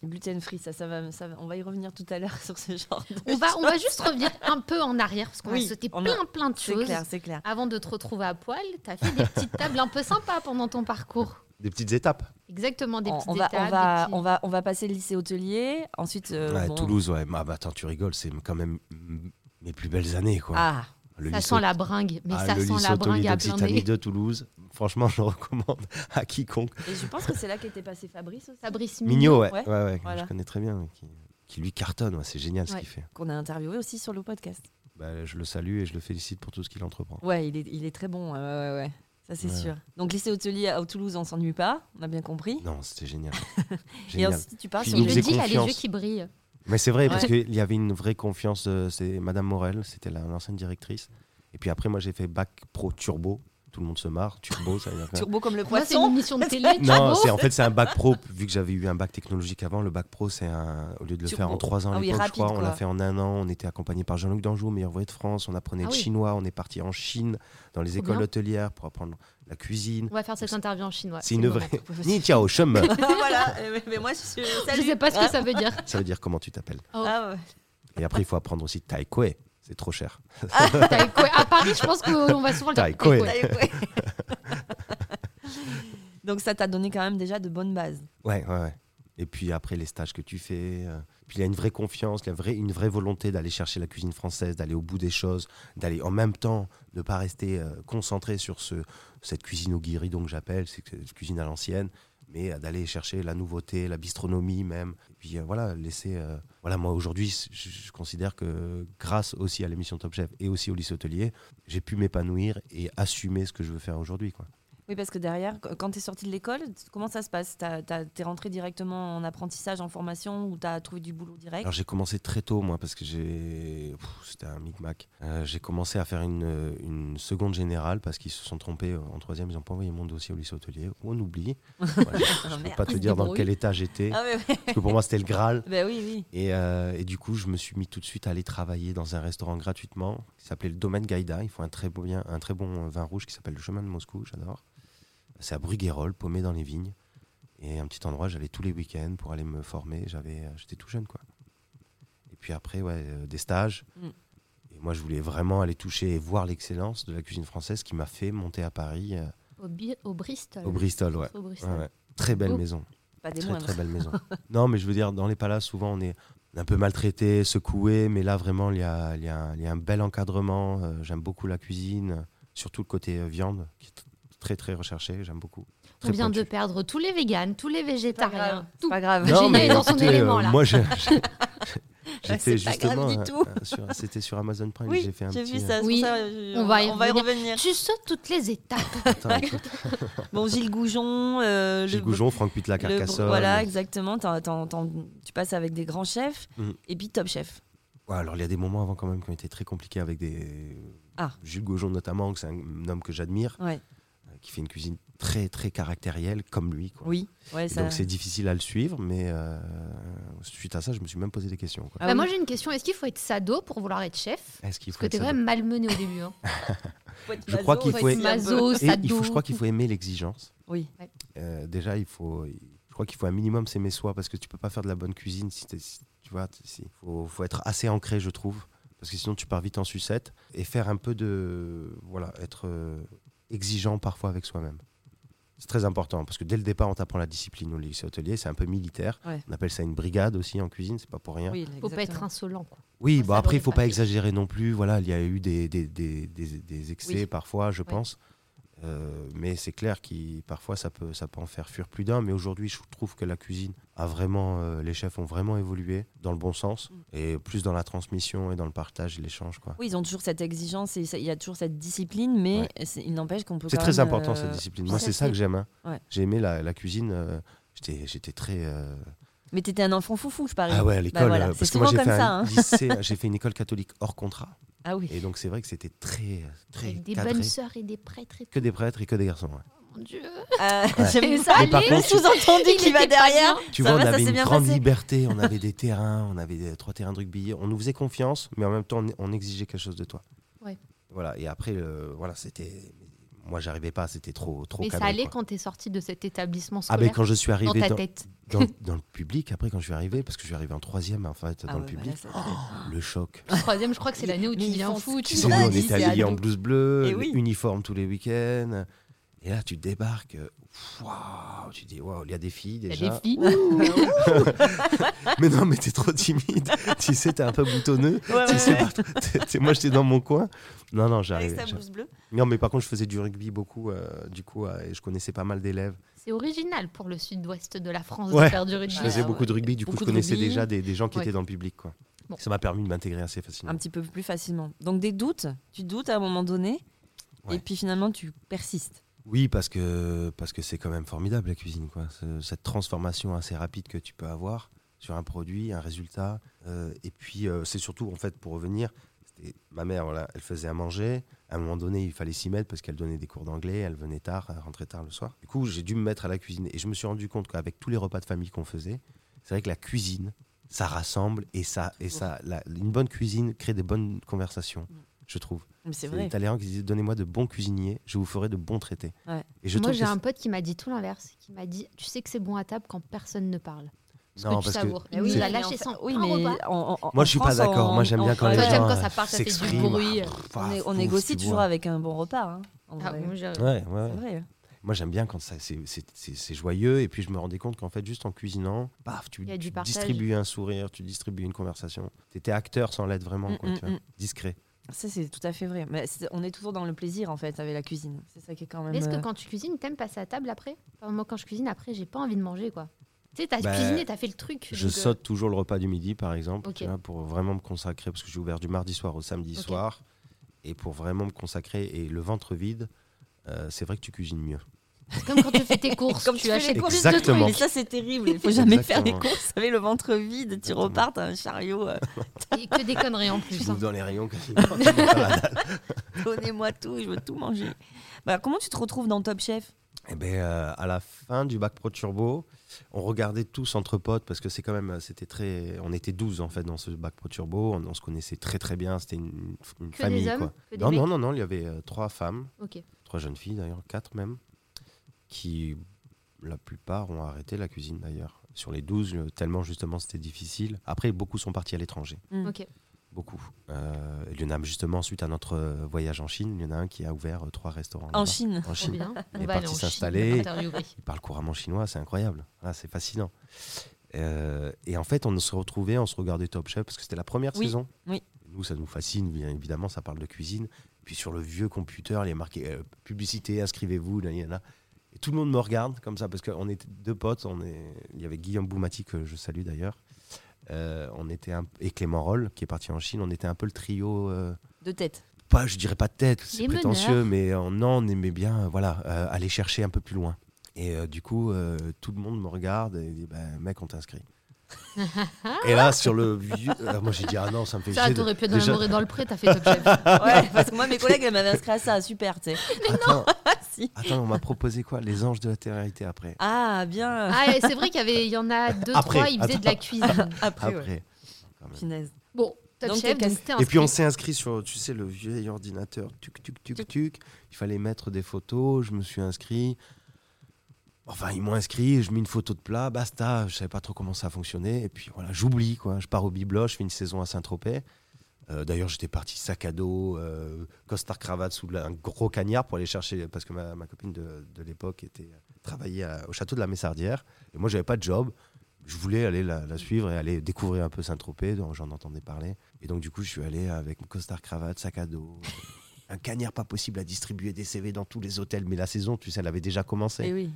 Speaker 1: Gluten free, ça, ça va, ça va- on va y revenir tout à l'heure sur ce genre. de
Speaker 2: On va, on
Speaker 1: choses.
Speaker 2: va juste revenir un peu en arrière parce qu'on
Speaker 1: Oui,
Speaker 2: a sauté
Speaker 1: on a-
Speaker 2: plein, plein de
Speaker 1: C'est
Speaker 2: choses.
Speaker 1: clair, c'est clair.
Speaker 2: Avant de te retrouver à poil, t'as fait des petites tables un peu sympas pendant ton parcours.
Speaker 5: Des petites étapes.
Speaker 2: Exactement, des
Speaker 1: on,
Speaker 2: petites
Speaker 1: on va,
Speaker 2: étapes,
Speaker 1: on, va,
Speaker 2: des petits-
Speaker 1: on, va, on va passer le lycée hôtelier. Ensuite, euh,
Speaker 5: Ouais,
Speaker 1: bon-
Speaker 5: Toulouse, ouais. Ah, bah, attends, tu rigoles, c'est quand même mm, mes plus belles années, quoi.
Speaker 1: Ah,
Speaker 5: le
Speaker 2: Ça
Speaker 5: lycée-
Speaker 2: sent la bringue, mais
Speaker 5: ah,
Speaker 2: ça
Speaker 5: le
Speaker 2: sent
Speaker 5: lycée
Speaker 2: la bringue à plein
Speaker 5: Occitanie
Speaker 2: nez.
Speaker 5: de Toulouse. Franchement, je le recommande à quiconque.
Speaker 1: et je pense que c'est là qu'était passé Fabrice aussi,
Speaker 2: Fabrice
Speaker 5: Mignot, ouais.
Speaker 1: ouais.
Speaker 5: ouais, ouais, que
Speaker 1: Voilà.
Speaker 5: Je connais très bien. ouais, Qui, qui lui cartonne, ouais, c'est génial ce
Speaker 2: Ouais.
Speaker 5: qu'il fait.
Speaker 1: qu'on a interviewé aussi sur le podcast.
Speaker 5: Bah, je le salue et je le félicite pour tout ce qu'il entreprend.
Speaker 1: Ouais, il est, il est très bon. euh, ouais, ouais, ouais. Ça, c'est
Speaker 5: Ouais.
Speaker 1: sûr. Donc, lycée hôtelier à à Toulouse, on s'ennuie pas. On a bien compris.
Speaker 5: Non, c'était génial.
Speaker 1: Et
Speaker 5: génial.
Speaker 1: ensuite, tu pars
Speaker 5: Puis
Speaker 1: sur
Speaker 5: il
Speaker 2: Il
Speaker 5: nous
Speaker 1: le
Speaker 2: le
Speaker 5: faisait
Speaker 2: dit, il a les yeux
Speaker 5: confiance.
Speaker 2: qui brillent.
Speaker 5: Mais c'est vrai, parce qu'il y avait une vraie confiance. euh, C'est Madame Morel, c'était la- l'ancienne directrice. Et puis après, moi, j'ai fait bac pro turbo. Tout le monde se marre. Turbo, ça veut dire quoi
Speaker 1: turbo comme le
Speaker 2: Moi, c'est une
Speaker 1: poisson.
Speaker 2: émission de télé. tu
Speaker 5: Non,
Speaker 2: vois.
Speaker 5: c'est en fait c'est un bac pro vu que j'avais eu un bac technologique avant. Le bac pro, c'est un au lieu de le
Speaker 1: Turbo.
Speaker 5: faire en trois ans, à
Speaker 1: Ah oui,
Speaker 5: l'époque, je
Speaker 1: rapide,
Speaker 5: crois, on
Speaker 1: quoi.
Speaker 5: l'a fait en un an. On était accompagné par Jean-Luc Danjou, meilleur voyer de France. On apprenait
Speaker 2: Ah
Speaker 5: le
Speaker 2: oui.
Speaker 5: chinois. On est parti en Chine dans les
Speaker 2: Trop
Speaker 5: écoles
Speaker 2: bien.
Speaker 5: hôtelières pour apprendre la cuisine.
Speaker 2: On va faire cette interview en chinois.
Speaker 5: c'est une
Speaker 2: le
Speaker 5: vraie.
Speaker 2: moment.
Speaker 5: Ni ciao, chum.
Speaker 1: voilà, euh, mais moi, je suis.
Speaker 2: Je
Speaker 1: salut.
Speaker 2: sais pas ce que ça veut dire.
Speaker 5: Ça veut dire comment tu t'appelles.
Speaker 1: Ah, ouais.
Speaker 5: Et après, il faut apprendre aussi taekwondo. C'est trop cher.
Speaker 2: T'as écoué- À Paris, je pense qu'on va souvent le dire.
Speaker 5: T'as écoué.
Speaker 2: T'as écoué.
Speaker 1: Donc, ça t'a donné quand même déjà de bonnes bases.
Speaker 5: Ouais, ouais, ouais. Et puis après, les stages que tu fais. euh, Puis il y a une vraie confiance, il y a vraie- une vraie volonté d'aller chercher la cuisine française, d'aller au bout des choses, d'aller en même temps, de ne pas rester euh, concentré sur ce, cette cuisine au guéridon que j'appelle, c'est que- cette cuisine à l'ancienne, mais euh, d'aller chercher la nouveauté, la bistronomie même. Et puis euh, voilà, laisser. euh, voilà, moi aujourd'hui, c- je, je considère que grâce aussi à l'émission Top Chef et aussi au lycée hôtelier, j'ai pu m'épanouir et assumer ce que je veux faire aujourd'hui. quoi.
Speaker 1: Oui, parce que derrière, qu- quand tu es sorti de l'école, t- comment ça se passe T'as- t'as- T'es rentré directement en apprentissage, en formation, ou t'as trouvé du boulot direct
Speaker 5: Alors j'ai commencé très tôt moi parce que j'ai Pff, c'était un micmac. Euh, j'ai commencé à faire une, euh, une seconde générale parce qu'ils se sont trompés euh, en troisième ils n'ont pas envoyé mon dossier au lycée hôtelier. On oublie. Voilà, je ne peux
Speaker 1: Oh, merde.
Speaker 5: pas te
Speaker 2: Ils se
Speaker 5: dire dans
Speaker 2: débrouillent.
Speaker 5: quel état j'étais
Speaker 1: Ah ouais, ouais.
Speaker 5: parce que pour moi c'était le Graal.
Speaker 1: Ben oui, oui.
Speaker 5: Et, euh, et du coup, je me suis mis tout de suite à aller travailler dans un restaurant gratuitement qui s'appelait le Domaine Gaïda. Ils font un très, beau bien, un très bon euh, vin rouge qui s'appelle le Chemin de Moscou, j'adore. C'est à Bruguérolles, paumé dans les vignes. Et un petit endroit, j'allais tous les week-ends pour aller me former. J'avais, euh, J'étais tout jeune, quoi. Et puis après, ouais, euh, des stages.
Speaker 1: Mm.
Speaker 5: Et moi, je voulais vraiment aller toucher et voir l'excellence de la cuisine française qui m'a fait monter à Paris, euh,
Speaker 2: Au, Bi- au Bristol.
Speaker 5: au Bristol, ouais.
Speaker 2: Au Bristol.
Speaker 5: Ouais, ouais. Très belle
Speaker 2: Oh.
Speaker 5: maison
Speaker 1: Pas des hein,
Speaker 5: très
Speaker 1: moindres.
Speaker 5: très belle maison. non, mais je veux dire, dans les palaces, souvent, on est un peu maltraité, secoué, mais là, vraiment, il y a, il y a un- il y a un bel encadrement. Euh, J'aime beaucoup la cuisine, surtout le côté euh, viande, qui est t- très, très recherché. J'aime beaucoup.
Speaker 2: On
Speaker 5: Très
Speaker 2: vient de
Speaker 5: pointu.
Speaker 2: perdre tous les véganes, tous les
Speaker 1: Pas grave.
Speaker 2: végétariens,
Speaker 1: c'est
Speaker 2: tout.
Speaker 1: Pas grave.
Speaker 2: Non, Gina mais- est dans son élément, là.
Speaker 5: euh, moi, je- je-
Speaker 1: c'est pas
Speaker 5: j'étais justement.
Speaker 1: grave du
Speaker 5: euh,
Speaker 1: tout.
Speaker 5: euh, sur- C'était sur Amazon Prime,
Speaker 1: Oui,
Speaker 5: j'ai fait un
Speaker 1: j'ai
Speaker 5: petit. euh,
Speaker 1: vu ça. c'est pour
Speaker 2: Oui,
Speaker 1: ça, je-
Speaker 2: on va y
Speaker 1: revenir.
Speaker 2: Tu sautes toutes les étapes.
Speaker 5: euh, attends, écoute,
Speaker 1: Bon, Gilles Goujon, euh,
Speaker 5: Gilles
Speaker 1: le-
Speaker 5: Goujon, Franck Putla,
Speaker 1: le-
Speaker 5: Carcassonne.
Speaker 1: voilà, exactement. T'en- t'en- t'en- tu passes avec des grands chefs
Speaker 5: Mhm.
Speaker 1: et puis top chef.
Speaker 5: Ouais, alors il y a des moments avant quand même qui ont été très compliqués avec des
Speaker 1: Ah.
Speaker 5: Jules Gaujon notamment, que c'est un homme que j'admire,
Speaker 1: Ouais.
Speaker 5: euh, qui fait une cuisine très très caractérielle comme lui. quoi.
Speaker 1: Oui, ouais,
Speaker 5: Et
Speaker 1: ça.
Speaker 5: Donc c'est difficile à le suivre, mais euh, suite à ça, je me suis même posé des questions. quoi.
Speaker 1: Ah
Speaker 2: Bah,
Speaker 1: oui.
Speaker 2: Moi, j'ai une question. Est-ce qu'il faut être sado pour vouloir être chef
Speaker 5: Est-ce qu'il
Speaker 2: Parce que
Speaker 5: faut
Speaker 2: t'es
Speaker 5: être
Speaker 2: quand
Speaker 5: sado-
Speaker 2: même malmené au début. hein.
Speaker 1: Faut être
Speaker 5: je crois
Speaker 1: maso,
Speaker 5: qu'il faut
Speaker 1: être
Speaker 5: être-
Speaker 1: maso.
Speaker 2: Maso,
Speaker 5: Et il
Speaker 2: sado.
Speaker 5: faut- je crois qu'il faut aimer l'exigence.
Speaker 1: Oui.
Speaker 5: Euh, déjà, il faut, je crois qu'il faut un minimum s'aimer soi parce que tu peux pas faire de la bonne cuisine si, t'es- si- tu vois. t- si- faut, faut être assez ancré, je trouve, parce que sinon tu pars vite en sucette et faire un peu de, voilà, être euh, exigeant parfois avec soi-même. C'est très important parce que dès le départ, on t'apprend la discipline au lycée hôtelier. C'est un peu militaire.
Speaker 1: Ouais.
Speaker 5: On appelle ça une brigade aussi en cuisine. C'est pas pour rien.
Speaker 1: Oui,
Speaker 2: faut
Speaker 1: exactement.
Speaker 2: pas être insolent. quoi.
Speaker 5: Oui,
Speaker 2: Ça,
Speaker 5: bon,
Speaker 2: ça
Speaker 5: après, il
Speaker 2: l'aurait
Speaker 5: faut
Speaker 2: pas
Speaker 5: pas
Speaker 2: fait.
Speaker 5: exagérer non plus. Voilà, il y a eu des, des, des, des- des excès
Speaker 2: Oui.
Speaker 5: parfois, je
Speaker 2: Ouais.
Speaker 5: pense. Euh, mais c'est clair que parfois, ça peut, ça peut en faire fuir plus d'un. Mais aujourd'hui, je trouve que la cuisine a vraiment. euh, les chefs ont vraiment évolué dans le bon sens
Speaker 1: Mm.
Speaker 5: et plus dans la transmission et dans le partage et l'échange. quoi.
Speaker 1: Oui, ils ont toujours cette exigence et ça- il y a toujours cette discipline, mais c'est- il n'empêche qu'on peut.
Speaker 5: C'est
Speaker 1: quand
Speaker 5: très
Speaker 1: même,
Speaker 5: important
Speaker 1: euh,
Speaker 5: cette discipline.
Speaker 1: puis
Speaker 5: Moi,
Speaker 1: ça
Speaker 5: c'est ça
Speaker 1: fait-
Speaker 5: que j'aime. hein.
Speaker 1: Ouais.
Speaker 5: J'ai aimé la, la cuisine. euh, j'étais j'étais très. euh,
Speaker 1: Mais t'étais un enfant foufou, je parie.
Speaker 5: Ah ouais, à l'école.
Speaker 1: Bah voilà,
Speaker 5: euh,
Speaker 1: c'est
Speaker 5: parce que moi,
Speaker 1: souvent
Speaker 5: j'ai
Speaker 1: comme
Speaker 5: fait, un
Speaker 1: ça, hein.
Speaker 5: lycée- j'ai fait une école catholique hors contrat.
Speaker 1: Ah oui.
Speaker 5: Et donc, c'est vrai que c'était très. très
Speaker 2: Avec des
Speaker 5: cadré.
Speaker 2: bonnes sœurs et des prêtres et
Speaker 5: Que des prêtres et que des garçons. ouais.
Speaker 2: tout. Mon Dieu.
Speaker 1: Euh,
Speaker 5: Ouais.
Speaker 1: J'aime
Speaker 2: Mais
Speaker 1: ça.
Speaker 5: Mais par
Speaker 1: le
Speaker 5: contre, tu-
Speaker 1: sous-entendu
Speaker 2: Il
Speaker 1: qui va
Speaker 2: était pas
Speaker 1: derrière.
Speaker 5: Tu
Speaker 1: Ça
Speaker 5: vois,
Speaker 1: va,
Speaker 5: on
Speaker 1: ça
Speaker 5: avait
Speaker 1: s'est
Speaker 5: une
Speaker 1: bien
Speaker 5: grande
Speaker 1: passé.
Speaker 5: liberté, on avait des terrains, on avait des, trois terrains de rugby, on nous faisait confiance, mais en même temps, on, on exigeait quelque chose de toi.
Speaker 2: Ouais.
Speaker 5: Voilà, et après, euh, voilà, c'était. Moi, j'arrivais pas, c'était trop, trop
Speaker 2: Mais ça
Speaker 5: cadré,
Speaker 2: allait
Speaker 5: quoi.
Speaker 2: quand t'es sorti de cet établissement
Speaker 5: Ah, mais
Speaker 2: scolaire
Speaker 5: quand je suis
Speaker 2: dans
Speaker 5: arrivé
Speaker 2: ta
Speaker 5: dans,
Speaker 2: tête.
Speaker 5: dans- dans le public, après, quand je suis arrivé, parce que je suis arrivé en troisième, en fait,
Speaker 1: Ah
Speaker 5: dans
Speaker 1: ouais,
Speaker 5: le public,
Speaker 1: bah là, ça-
Speaker 5: le choc.
Speaker 2: Troisième, je crois que c'est l'année où
Speaker 1: Mais
Speaker 2: tu
Speaker 1: ils
Speaker 2: deviens
Speaker 1: font ce
Speaker 2: fou. tu
Speaker 5: Tu
Speaker 1: qu'ils
Speaker 5: sais,
Speaker 2: dis,
Speaker 5: nous,
Speaker 1: Ah,
Speaker 5: on
Speaker 1: dis,
Speaker 5: était
Speaker 1: c'est
Speaker 5: habillés en
Speaker 1: ado.
Speaker 5: blouse bleue,
Speaker 1: Eh oui.
Speaker 5: uniforme tous les week-ends. Et là, tu débarques, euh, waouh, tu dis, waouh, il y a des filles
Speaker 2: Il y a
Speaker 5: déjà.
Speaker 2: des filles.
Speaker 5: Mais non, mais t'es trop timide. tu sais, t'es un peu boutonneux.
Speaker 1: Ouais, ouais,
Speaker 5: Tu sais
Speaker 1: ouais.
Speaker 5: pas trop. T'es- t'es- moi, j'étais dans mon coin. Non, non,
Speaker 1: Avec
Speaker 5: j'arrivais.
Speaker 1: sa
Speaker 5: j'arrivais.
Speaker 1: blouse bleue.
Speaker 5: Non, mais par contre, je faisais du rugby beaucoup. euh, du coup, euh, et je connaissais pas mal d'élèves.
Speaker 2: C'est original pour le sud-ouest de la France de
Speaker 5: Ouais.
Speaker 2: faire du rugby.
Speaker 5: Je faisais
Speaker 1: Ah,
Speaker 5: beaucoup
Speaker 1: ouais.
Speaker 5: de rugby. Du coup,
Speaker 2: Beaucoup
Speaker 5: je
Speaker 2: de
Speaker 5: connaissais
Speaker 2: rugby.
Speaker 5: déjà des, des gens qui
Speaker 2: Ouais.
Speaker 5: étaient dans le public. Quoi.
Speaker 2: Bon.
Speaker 5: Ça m'a permis de m'intégrer assez facilement.
Speaker 1: Un petit peu plus facilement. Donc des doutes, tu doutes à un moment donné,
Speaker 5: Ouais.
Speaker 1: et puis finalement tu persistes.
Speaker 5: Oui, parce que parce que c'est quand même formidable la cuisine, quoi. Ce- Cette transformation assez rapide que tu peux avoir sur un produit, un résultat, Euh, et puis euh, c'est surtout en fait pour revenir. c'était- Ma mère, voilà, elle faisait à manger. À un moment donné, il fallait s'y mettre parce qu'elle donnait des cours d'anglais. Elle venait tard, elle rentrait tard le soir. Du coup, j'ai dû me mettre à la cuisine et je me suis rendu compte qu'avec tous les repas de famille qu'on faisait, c'est vrai que la cuisine, ça rassemble et ça et ça, la- une bonne cuisine crée des bonnes conversations, je trouve.
Speaker 1: Mais c'est
Speaker 5: C'est les
Speaker 1: vrai.
Speaker 5: Italiens qui disent Donnez-moi de bons cuisiniers, je vous ferai de bons traités.
Speaker 1: Ouais.
Speaker 5: Et je
Speaker 2: Moi,
Speaker 5: trouve
Speaker 2: j'ai
Speaker 5: que
Speaker 2: un pote qui m'a dit tout l'inverse. Qui m'a dit Tu sais que c'est bon à table quand personne ne parle. que
Speaker 5: c'est- Non,
Speaker 2: tu
Speaker 5: parce que
Speaker 2: savoures. Il
Speaker 1: Mais
Speaker 2: nous a
Speaker 1: mais
Speaker 2: lâché
Speaker 1: en fait-
Speaker 2: sans
Speaker 1: Oui,
Speaker 2: un
Speaker 1: mais
Speaker 2: repas.
Speaker 1: en- en-
Speaker 5: moi,
Speaker 1: en
Speaker 5: je suis pas
Speaker 1: France,
Speaker 5: d'accord.
Speaker 1: on-
Speaker 5: Moi, j'aime
Speaker 1: on-
Speaker 5: bien quand les
Speaker 2: Toi, t'aimes
Speaker 5: gens
Speaker 2: quand ça
Speaker 5: euh,
Speaker 2: part, ça fait du
Speaker 5: s'expriment.
Speaker 2: bruit. euh,
Speaker 5: Ah,
Speaker 1: On, né- on
Speaker 5: ouf,
Speaker 1: négocie
Speaker 5: tu
Speaker 1: toujours
Speaker 5: vois.
Speaker 1: avec un bon repas. hein, en
Speaker 2: Ah,
Speaker 1: vrai.
Speaker 2: moi, j'ai-
Speaker 5: Ouais, ouais,
Speaker 1: C'est
Speaker 5: ouais.
Speaker 1: vrai.
Speaker 5: Moi, j'aime bien quand ça, c'est, c'est- c'est- c'est joyeux. Et puis, je me rendais compte qu'en fait, juste en cuisinant, paf, tu,
Speaker 2: Il y a du
Speaker 5: tu
Speaker 2: partage.
Speaker 5: distribues un sourire, tu distribues une conversation. Tu étais acteur sans l'être vraiment, quoi,
Speaker 1: Mm,
Speaker 5: tu
Speaker 1: mm,
Speaker 5: vois.
Speaker 1: mm.
Speaker 5: discret.
Speaker 1: Ça, c'est tout à fait vrai. Mais c'est- on est toujours dans le plaisir, en fait, avec la cuisine. C'est ça qui est quand même.
Speaker 2: Mais est-ce
Speaker 1: euh,
Speaker 2: que quand tu cuisines, t'aimes passer à table après Enfin, Moi, quand je cuisine, après, j'ai pas envie de manger, quoi. Tu sais, t'as
Speaker 5: Bah,
Speaker 2: cuisiné, t'as fait le truc.
Speaker 5: Je
Speaker 2: donc, euh,
Speaker 5: saute toujours le repas du midi, par exemple,
Speaker 2: Ok.
Speaker 5: tu vois, pour vraiment me consacrer, parce que j'ai ouvert du mardi soir au samedi
Speaker 2: Ok.
Speaker 5: soir. Et pour vraiment me consacrer, et le ventre vide, euh, c'est vrai que tu cuisines mieux.
Speaker 2: c'est comme quand tu fais tes courses,
Speaker 1: Comme
Speaker 2: tu
Speaker 1: tu fais les
Speaker 2: achètes
Speaker 1: courses.
Speaker 2: plus de trucs.
Speaker 5: Exactement.
Speaker 1: Mais ça, c'est terrible. Il faut jamais faire les
Speaker 5: Exactement.
Speaker 1: courses avec le ventre vide. Tu
Speaker 5: Exactement.
Speaker 1: repars, t'as un chariot. euh,
Speaker 2: Et que des conneries en
Speaker 5: Tu
Speaker 2: plus. hein.
Speaker 5: bouffes dans les rayons. quasiment. Tu montes à la dalle.
Speaker 1: Donnez-moi tout, je veux tout manger. Bah, comment tu te retrouves dans Top Chef
Speaker 5: Eh ben, euh, à la fin du bac pro turbo, on regardait tous entre potes parce que c'est quand même, euh, c'était très, on était 12 en fait dans ce bac pro turbo, on, on se connaissait très très bien, c'était une, une
Speaker 2: Que
Speaker 5: famille
Speaker 2: des hommes,
Speaker 5: quoi.
Speaker 2: que des
Speaker 5: Non
Speaker 2: mecs.
Speaker 5: non non non, il y avait euh, trois femmes,
Speaker 2: Ok.
Speaker 5: trois jeunes filles d'ailleurs, quatre même, qui la plupart ont arrêté la cuisine d'ailleurs. Sur les 12, euh, tellement justement c'était difficile. Après, beaucoup sont partis à l'étranger.
Speaker 2: Ok.
Speaker 5: Beaucoup. Euh, il y en a justement, suite à notre euh, voyage en Chine, il y en a un qui a ouvert euh, trois restaurants.
Speaker 1: En
Speaker 5: là-bas.
Speaker 1: Chine
Speaker 5: En
Speaker 2: Trop
Speaker 5: Chine.
Speaker 2: bien.
Speaker 5: On
Speaker 2: On
Speaker 5: est
Speaker 2: va aller
Speaker 5: parti
Speaker 2: en
Speaker 5: s'installer.
Speaker 2: Chine, interviewer.
Speaker 5: Il parle couramment chinois, c'est incroyable. Ah, c'est fascinant. Euh, et en fait, on se retrouvait, on se regardait Top Chef parce que c'était la première
Speaker 1: Oui,
Speaker 5: saison.
Speaker 1: oui.
Speaker 5: Nous, ça nous fascine, bien évidemment, ça parle de cuisine. Puis sur le vieux computer, il est marqué euh, publicité, inscrivez-vous, là, là, là. Et tout le monde me regarde comme ça parce qu'on était deux potes. On est... Il y avait Guillaume Boumati, que je salue d'ailleurs. Euh, on était un... Et Clément Roll, qui est parti en Chine. On était un peu le trio. euh,
Speaker 1: De tête.
Speaker 5: pas, je dirais pas de tête,
Speaker 2: Les
Speaker 5: c'est prétentieux, mais on, non, on aimait bien, euh, voilà, euh, aller chercher un peu plus loin. Et euh, du coup, euh, tout le monde me regarde et dit, ben, mec, on t'inscrit. et là, sur le vieux, euh, moi j'ai dit, ah non, ça me fait
Speaker 2: Ça,
Speaker 5: chier de-
Speaker 2: t'aurais pu
Speaker 5: déjà-
Speaker 2: mourir dans le pré, t'as fait top chef.
Speaker 5: Ah.
Speaker 1: Ouais, parce que moi, mes collègues, elles m'avaient inscrit à ça. Super, tu sais.
Speaker 5: Attends,
Speaker 1: Ah, si.
Speaker 5: attends, on m'a proposé quoi Les anges de la télé-réalité après.
Speaker 1: Ah, bien.
Speaker 2: Ah, et c'est vrai qu'il y avait, il y en a deux,
Speaker 5: Après,
Speaker 2: trois, ils faisaient de la cuisine.
Speaker 1: Après, ouais.
Speaker 5: Après. quand même.
Speaker 1: Punaise.
Speaker 2: Bon, top
Speaker 1: Donc,
Speaker 2: chef,
Speaker 1: t'es
Speaker 2: donc t'es
Speaker 5: Et puis on
Speaker 2: inscrit.
Speaker 5: s'est inscrit sur, tu sais, le vieil ordinateur, tuc, tuc, tuc, tuc. Il fallait mettre des photos, je me suis inscrit. Enfin, ils m'ont inscrit, je mets une photo de plat, basta, je savais pas trop comment ça fonctionnait. Et puis voilà, j'oublie, quoi. Je pars au Biblo, je fais une saison à Saint-Tropez. Euh, D'ailleurs, j'étais parti sac à dos, euh, costard cravate sous la- un gros cagnard pour aller chercher, parce que ma, ma copine de, de l'époque était travaillait à- au château de la Messardière. Et moi, j'avais pas de job. Je voulais aller la, la suivre et aller découvrir un peu Saint-Tropez, dont j'en entendais parler. Et donc, du coup, je suis allé avec mon costard cravate, sac à dos, un cagnard pas possible à distribuer des CV dans tous les hôtels. Mais la saison, tu sais, elle avait déjà commencé.
Speaker 1: Et Eh oui.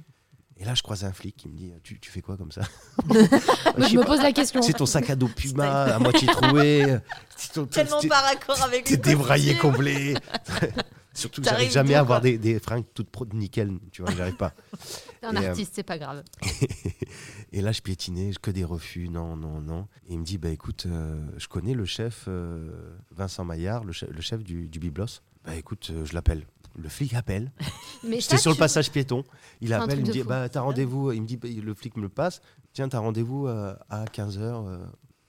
Speaker 5: Et là, je croise un flic qui me dit Tu, tu fais quoi comme ça
Speaker 2: Moi,
Speaker 5: Je sais
Speaker 2: je me
Speaker 5: pas.
Speaker 2: pose la question.
Speaker 5: C'est ton sac à dos Puma à moitié troué. C'est ton-
Speaker 1: Tellement
Speaker 5: t'es-
Speaker 1: par accord avec
Speaker 5: T'es
Speaker 1: le
Speaker 5: débraillé
Speaker 1: costume.
Speaker 5: complet. Surtout que
Speaker 1: T'arrives
Speaker 5: j'arrive jamais
Speaker 1: tout,
Speaker 5: à avoir
Speaker 1: quoi.
Speaker 5: des, des fringues toutes pro nickel. Tu vois, j'arrive pas.
Speaker 2: T'es un
Speaker 5: Et, euh,
Speaker 2: artiste, c'est pas grave.
Speaker 5: Et là, je piétinais, que des refus, non, non, non. Et il me dit, bah écoute, euh, je connais le chef euh, Vincent Maillard, le chef, le chef du, du Biblos. Bah écoute, euh, je l'appelle. Le flic appelle.
Speaker 2: Mais
Speaker 5: J'étais
Speaker 2: ça,
Speaker 5: sur le
Speaker 2: tu-
Speaker 5: passage piéton. Il
Speaker 2: un
Speaker 5: appelle,
Speaker 2: truc
Speaker 5: il me
Speaker 2: de
Speaker 5: dit,
Speaker 2: fou.
Speaker 5: bah t'as rendez-vous. Il me dit, bah, le flic me le passe. Tiens, t'as rendez-vous euh, à euh. 15h.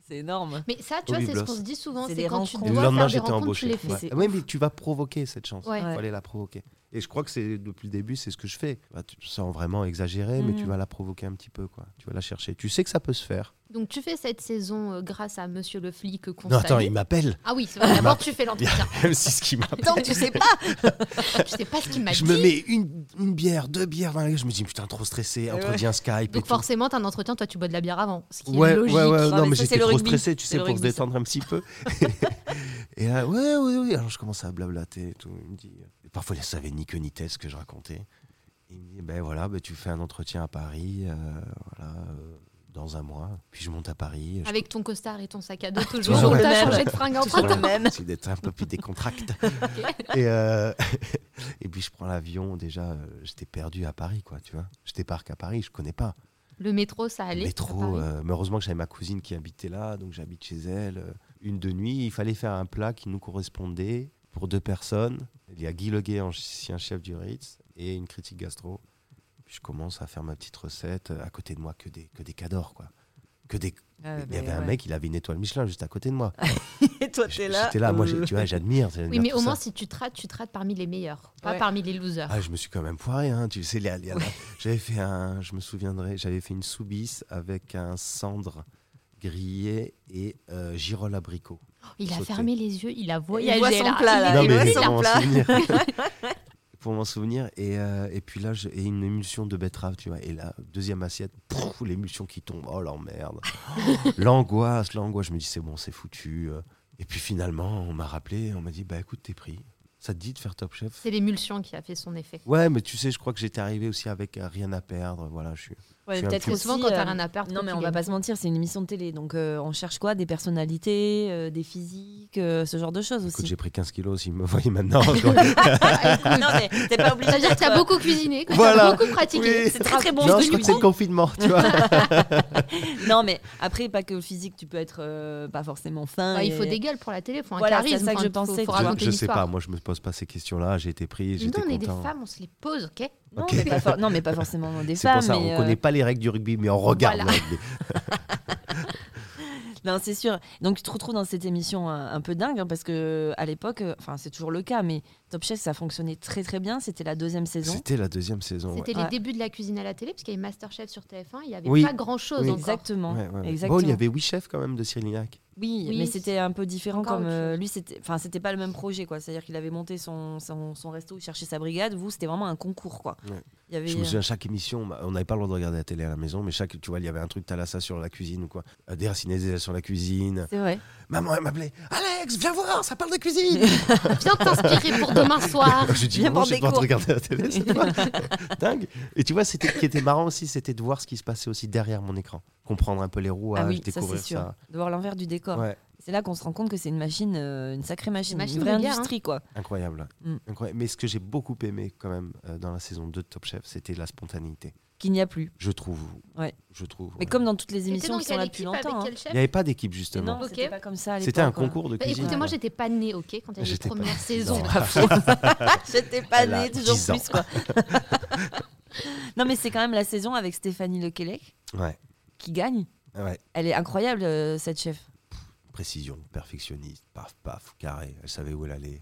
Speaker 1: C'est énorme.
Speaker 2: Mais ça, tu
Speaker 5: Au
Speaker 2: vois, c'est ce
Speaker 5: Biblos.
Speaker 2: qu'on se dit souvent.
Speaker 1: C'est
Speaker 2: C'est
Speaker 1: des
Speaker 2: quand tu
Speaker 1: rencontres.
Speaker 5: Et
Speaker 2: dois faire
Speaker 5: hein. le lendemain,
Speaker 2: des
Speaker 5: j'étais
Speaker 2: rencontres, tu
Speaker 5: embauché.
Speaker 2: les
Speaker 5: Ouais.
Speaker 2: fais.
Speaker 1: C'est
Speaker 5: Oui, mais tu vas provoquer cette chance.
Speaker 2: Ouais.
Speaker 5: Il faut aller la provoquer. Et je crois que c'est depuis le début, c'est ce que je fais. Bah, tu- sans vraiment exagérer, mais
Speaker 1: Mhm.
Speaker 5: tu vas la provoquer un petit peu. quoi. Tu vas la chercher. Tu sais que ça peut se faire.
Speaker 2: Donc tu fais cette saison euh, grâce à Monsieur le flic qu'on
Speaker 5: Non, attends,
Speaker 2: salue.
Speaker 5: il m'appelle.
Speaker 2: Ah oui, c'est vrai,
Speaker 5: m'a-
Speaker 2: d'abord tu fais l'entretien.
Speaker 5: Même si ce qui m'a
Speaker 1: Tant que tu sais pas.
Speaker 2: Je sais pas ce qu'il m'a
Speaker 5: Je
Speaker 2: dit.
Speaker 5: me mets une, une bière, deux bières dans la gueule. Je me dis, putain, trop stressé, entretien Skype. et
Speaker 2: Donc
Speaker 5: tout.
Speaker 2: forcément, t'as un entretien, toi tu bois de la bière avant. Ce qui
Speaker 5: ouais,
Speaker 2: est logique.
Speaker 5: ouais, ouais,
Speaker 1: Non,
Speaker 5: non,
Speaker 1: mais
Speaker 5: mais
Speaker 1: ça, c'est
Speaker 5: j'étais
Speaker 1: le
Speaker 5: trop
Speaker 1: rugby.
Speaker 5: stressé, tu
Speaker 1: C'est
Speaker 5: sais,
Speaker 1: le
Speaker 5: pour se
Speaker 1: rugby, ça.
Speaker 5: détendre un petit peu. et là, ouais, oui, oui. Alors je commence à blablater et tout. Il me dit, euh, et parfois, il ne savait ni queue ni tête ce que je racontais. Il me dit, ben voilà, ben, tu fais un entretien à Paris, euh, voilà, euh, dans un mois. Puis je monte à Paris. je-
Speaker 2: Avec ton costard et ton sac à dos toujours.
Speaker 5: Toujours
Speaker 2: Ou
Speaker 5: le
Speaker 2: t'as
Speaker 1: même.
Speaker 2: changé de fringue en
Speaker 1: Toujours
Speaker 2: printemps.
Speaker 1: le même.
Speaker 5: C'est d'être un peu plus décontracté. et, euh, et puis je prends l'avion. Déjà, euh, j'étais perdu à Paris, quoi, tu vois. Je débarque à Paris, je connais pas.
Speaker 2: Le métro, ça allait. à
Speaker 5: métro.
Speaker 2: Paris.
Speaker 5: euh, mais heureusement que j'avais ma cousine qui habitait là, donc j'habite chez elle. euh, Une de nuit, il fallait faire un plat qui nous correspondait pour deux personnes. Il y a Guy Leguet, ancien chef du Ritz, et une critique gastro. Puis je commence à faire ma petite recette. euh, À côté de moi, que des, que des cadors, quoi. Que des...
Speaker 1: Ah,
Speaker 5: il y
Speaker 1: bah,
Speaker 5: avait un
Speaker 1: ouais.
Speaker 5: mec, il avait une étoile Michelin juste à côté de moi.
Speaker 1: Et toi, t'es
Speaker 5: J-
Speaker 1: là.
Speaker 5: J'étais là, moi, j'ai-
Speaker 1: euh,
Speaker 5: tu vois, j'admire. j'admire
Speaker 2: Oui, mais
Speaker 5: tout
Speaker 2: au
Speaker 5: ça.
Speaker 2: moins, si tu te rates, tu te rates parmi les meilleurs, pas
Speaker 1: Ouais.
Speaker 2: parmi les losers.
Speaker 5: Ah, je me suis quand même foiré, hein. Tu sais, les- les- la- j'avais fait un, je me souviendrai, j'avais fait une soubise avec un cendre grillé et euh, girole abricot.
Speaker 2: il a
Speaker 5: sauter.
Speaker 2: fermé les yeux, il a
Speaker 1: Il
Speaker 2: voyagé.
Speaker 1: voit son
Speaker 2: là.
Speaker 1: plat, là.
Speaker 5: Non,
Speaker 1: il
Speaker 5: mais
Speaker 1: voit
Speaker 5: c'est
Speaker 1: son
Speaker 5: vraiment
Speaker 1: plat.
Speaker 5: souvenir. pour m'en souvenir. Et, euh, et puis là, je- et une émulsion de betterave, tu vois. Et la deuxième assiette, pouf, l'émulsion qui tombe. Oh l'emmerde. Oh, l'angoisse, l'angoisse. Je me dis, c'est bon, c'est foutu. euh. Et puis finalement, on m'a rappelé, on m'a dit, bah écoute, t'es pris. Ça te dit de faire Top Chef
Speaker 2: C'est l'émulsion qui a fait son effet.
Speaker 5: Ouais, mais tu sais, je crois que j'étais arrivé aussi avec euh, rien à perdre. Voilà, je suis.
Speaker 1: Ouais,
Speaker 5: C'est un
Speaker 1: peut-être
Speaker 5: peu-
Speaker 2: Parce que
Speaker 1: aussi,
Speaker 2: souvent, quand t'as
Speaker 1: euh,
Speaker 2: rien à perdre,
Speaker 1: Non,
Speaker 2: tu
Speaker 1: mais on va
Speaker 2: gagnes.
Speaker 1: pas se mentir, c'est une émission de télé. Donc, euh, on cherche quoi Des personnalités, euh, des physiques, euh, ce genre de choses
Speaker 5: Écoute,
Speaker 1: aussi.
Speaker 5: j'ai pris 15 kilos s'il me voyait maintenant. je-
Speaker 1: non, mais t'es pas obligé.
Speaker 2: Ça veut dire que
Speaker 1: d'être,
Speaker 2: t'as
Speaker 1: euh,
Speaker 2: beaucoup cuisiné, que
Speaker 5: Voilà.
Speaker 2: t'as beaucoup pratiqué.
Speaker 5: Oui.
Speaker 1: C'est très très bon.
Speaker 5: non,
Speaker 1: c'est
Speaker 5: je
Speaker 1: devenu
Speaker 5: crois que c'est
Speaker 1: pro.
Speaker 5: le confinement, tu vois.
Speaker 1: Non, mais après, pas que le physique, tu peux être euh, pas forcément fin.
Speaker 2: Bah, il
Speaker 1: et-
Speaker 2: faut des gueules pour la télé, faut un
Speaker 1: Voilà, c'est
Speaker 2: charisme.
Speaker 1: ça que
Speaker 2: enfin,
Speaker 1: je
Speaker 2: faut-
Speaker 1: pensais,
Speaker 2: Faut
Speaker 1: tu vois.
Speaker 2: raconter
Speaker 5: Je, je
Speaker 2: une
Speaker 5: sais
Speaker 2: histoire.
Speaker 5: pas, moi je me pose pas ces questions-là, j'ai été pris,
Speaker 2: Nous,
Speaker 5: j'étais
Speaker 2: on est des
Speaker 5: content.
Speaker 2: femmes, on se les pose, ok
Speaker 1: Non,
Speaker 5: Ok.
Speaker 1: mais pas for- non, mais pas forcément des
Speaker 5: C'est
Speaker 1: femmes.
Speaker 5: pour ça,
Speaker 1: mais,
Speaker 5: on
Speaker 1: euh,
Speaker 5: connaît pas les règles du rugby, mais on regarde
Speaker 2: Voilà.
Speaker 5: le rugby.
Speaker 1: Non, c'est sûr. Donc tu te retrouves dans cette émission un, un peu dingue hein, parce que à l'époque, euh, enfin c'est toujours le cas, mais Top Chef ça fonctionnait très très bien. C'était la deuxième saison.
Speaker 5: C'était la deuxième saison. ouais.
Speaker 2: C'était
Speaker 1: Ouais.
Speaker 2: les débuts de la cuisine à la télé, parce qu'il y avait Masterchef sur TF1, il n'y avait
Speaker 5: Oui.
Speaker 2: pas grand-chose
Speaker 5: Oui.
Speaker 2: encore.
Speaker 1: Exactement.
Speaker 5: Ouais, ouais, ouais.
Speaker 1: Exactement.
Speaker 5: Bon, il y avait huit chefs quand même de Cyril Lignac.
Speaker 1: Oui,
Speaker 2: Oui,
Speaker 1: mais c'était un peu différent
Speaker 2: encore
Speaker 1: comme
Speaker 2: autre
Speaker 1: euh,
Speaker 2: chose.
Speaker 1: lui c'était enfin c'était pas le même projet quoi, c'est-à-dire qu'il avait monté son, son, son resto, il cherchait sa brigade, vous c'était vraiment un concours quoi.
Speaker 5: Ouais.
Speaker 1: Il y avait
Speaker 5: Je me
Speaker 1: euh,
Speaker 5: souviens, chaque émission, on m'a- on n'avait pas le droit de regarder la télé à la maison, mais chaque, tu vois, il y avait un truc Talassa sur la cuisine ou quoi. Euh, Déraciné déjà sur la cuisine.
Speaker 1: c'est vrai.
Speaker 5: Maman, elle m'appelait Alex, viens voir, ça parle de cuisine.
Speaker 2: Viens t'inspirer pour demain soir.
Speaker 5: Bah, Je dis
Speaker 1: Viens
Speaker 5: non,
Speaker 1: prendre
Speaker 5: j'ai
Speaker 1: des
Speaker 5: pas le droit de
Speaker 1: cours.
Speaker 5: regarder la télé, c'est pas dingue. Et tu vois, c'était ce qui était marrant aussi, c'était de voir ce qui se passait aussi derrière mon écran, comprendre un peu les rouages,
Speaker 1: ah oui, ça c'est
Speaker 5: découvrir
Speaker 1: sûr.
Speaker 5: ça.
Speaker 1: De voir l'envers du décor.
Speaker 5: Ouais,
Speaker 1: C'est là qu'on se rend compte que c'est une machine euh, une sacrée machine, une,
Speaker 2: machine de
Speaker 1: vraie
Speaker 2: guerre, hein.
Speaker 1: industrie quoi.
Speaker 5: incroyable.
Speaker 1: Mm.
Speaker 5: incroyable. Mais ce que j'ai beaucoup aimé quand même euh, dans la saison 2 de Top Chef, c'était la spontanéité.
Speaker 1: Qu'il n'y a plus.
Speaker 5: Je trouve.
Speaker 1: Ouais.
Speaker 5: Je trouve.
Speaker 1: Mais
Speaker 5: ouais.
Speaker 1: comme dans toutes les
Speaker 2: T'étais
Speaker 1: émissions
Speaker 2: dans
Speaker 1: qui sont
Speaker 2: quelle
Speaker 1: là depuis
Speaker 2: équipe,
Speaker 1: longtemps.
Speaker 2: avec
Speaker 1: hein.
Speaker 2: quel
Speaker 5: il
Speaker 2: chef
Speaker 5: n'y avait pas d'équipe
Speaker 1: Et
Speaker 5: justement.
Speaker 1: Non,
Speaker 2: Ok.
Speaker 1: c'était pas comme ça à l'époque.
Speaker 5: C'était un
Speaker 1: quoi.
Speaker 5: concours de
Speaker 2: Bah,
Speaker 5: cuisine.
Speaker 2: écoutez, moi,
Speaker 5: quoi.
Speaker 2: j'étais pas née, ok, quand il y avait les
Speaker 5: J'étais pas-
Speaker 2: premières saisons.
Speaker 5: Non.
Speaker 1: J'étais pas
Speaker 5: Elle a
Speaker 1: née, toujours
Speaker 5: 10 ans.
Speaker 1: plus. Quoi. non, mais c'est quand même la saison avec Stéphanie Lequelec
Speaker 5: Ouais.
Speaker 1: qui gagne.
Speaker 5: Ouais.
Speaker 1: Elle est incroyable, euh, cette chef.
Speaker 5: Précision, perfectionniste, paf, paf, carré. Elle savait où elle allait.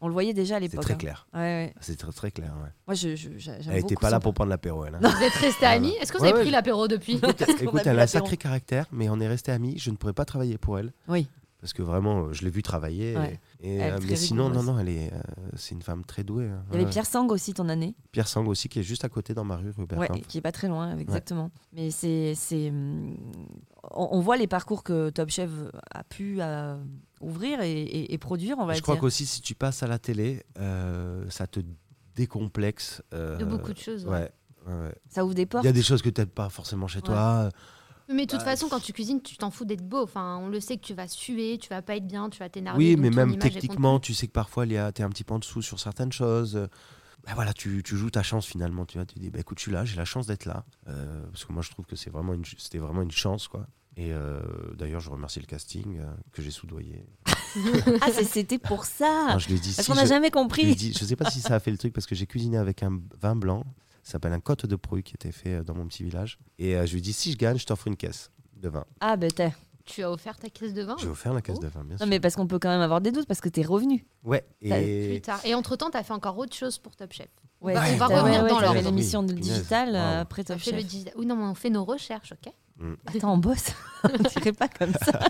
Speaker 1: On le voyait déjà à
Speaker 5: C'est
Speaker 1: l'époque.
Speaker 5: très
Speaker 1: hein.
Speaker 5: clair.
Speaker 1: Ouais, ouais.
Speaker 5: C'est très, très clair. ouais.
Speaker 1: Moi, je, je- j'a- j'aime
Speaker 5: Elle n'était
Speaker 1: beaucoup
Speaker 5: pas là
Speaker 1: son-
Speaker 5: pour prendre l'apéro, elle. hein.
Speaker 2: Vous êtes restés amis Est-ce que vous avez
Speaker 5: Ouais, ouais.
Speaker 2: pris l'apéro depuis
Speaker 1: Parce qu'on a bu
Speaker 5: Écoute, elle a un
Speaker 1: l'apéro.
Speaker 5: sacré caractère, mais on est resté amis. Je ne pourrais pas travailler pour elle.
Speaker 1: Oui.
Speaker 5: Parce que vraiment, euh, je l'ai vu travailler.
Speaker 1: Ouais.
Speaker 5: Et, et,
Speaker 1: Elle est
Speaker 5: euh,
Speaker 1: très
Speaker 5: mais sinon, non,
Speaker 1: rigoureuse.
Speaker 5: non, elle est, euh, c'est une femme très douée. hein.
Speaker 1: Il y avait
Speaker 5: Ouais.
Speaker 1: Pierre Sang aussi, ton année.
Speaker 5: Pierre Sang aussi, qui est juste à côté dans ma rue, rue
Speaker 1: Ouais,
Speaker 5: Bertin.
Speaker 1: qui est pas très loin, exactement. Mais c'est. c'est, hum, On, on voit les parcours que Top Chef a pu euh, ouvrir et, et- et produire, on va
Speaker 5: je
Speaker 1: dire.
Speaker 5: crois qu'aussi, si tu passes à la télé, euh, ça te décomplexe. euh,
Speaker 2: De beaucoup de choses. ouais.
Speaker 5: Ouais. ouais, ouais.
Speaker 1: Ça ouvre des
Speaker 5: Il
Speaker 1: portes.
Speaker 5: y a des choses que tu pas forcément chez
Speaker 1: Ouais.
Speaker 5: toi.
Speaker 2: Mais de toute
Speaker 5: Bah,
Speaker 2: façon, quand tu cuisines, tu t'en fous d'être beau. Enfin, on le sait que tu vas suer, tu vas pas être bien, tu vas t'énerver.
Speaker 5: oui,
Speaker 2: donc
Speaker 5: mais
Speaker 2: ton
Speaker 5: même
Speaker 2: image est
Speaker 5: techniquement, tu sais que parfois, tu es un petit peu en dessous sur certaines choses. Euh, bah voilà, tu, tu joues ta chance finalement. Tu, vois, tu dis, bah, écoute, je suis là, j'ai la chance d'être là. Euh, parce que moi, je trouve que c'est vraiment une ch- c'était vraiment une chance. quoi. Et euh, d'ailleurs, je remercie le casting euh, que j'ai soudoyé.
Speaker 1: Ah, c'est- c'était pour ça
Speaker 2: Ah,
Speaker 5: Enfin, je lui ai dit,
Speaker 1: Parce
Speaker 5: si,
Speaker 1: qu'on n'a
Speaker 5: je,
Speaker 1: jamais
Speaker 5: je lui ai
Speaker 1: compris.
Speaker 5: dit- je sais pas si ça a fait le truc parce que j'ai cuisiné avec un vin blanc. Ça s'appelle un côte de Prouy qui était fait euh, dans mon petit village. Et euh, je lui ai dit, si je gagne, je t'offre une caisse de vin.
Speaker 1: Ah, ben, t'as-
Speaker 2: contente. Tu as offert ta caisse de vin
Speaker 5: J'ai offert la caisse
Speaker 2: Oh.
Speaker 5: de vin, bien
Speaker 1: Non,
Speaker 5: sûr.
Speaker 1: mais parce qu'on peut quand même avoir des doutes parce que t'es revenu.
Speaker 5: Ouais,
Speaker 1: T'as-
Speaker 5: et
Speaker 2: plus tard. Et entre-temps, tu as fait encore autre chose pour Top Chef.
Speaker 1: Ouais,
Speaker 2: Bah, on va
Speaker 1: t'as-
Speaker 2: revenir dans
Speaker 1: t'as
Speaker 2: l'ordre.
Speaker 1: fait l'émission de
Speaker 5: Oui, punaise.
Speaker 1: digital euh,
Speaker 5: Waouh.
Speaker 1: après
Speaker 2: T'as
Speaker 1: Top
Speaker 2: fait le
Speaker 1: Chef. Mm.
Speaker 2: digi- Oui, non, mais on fait nos recherches, ok
Speaker 1: Attends, on bosse. on dirait pas comme ça.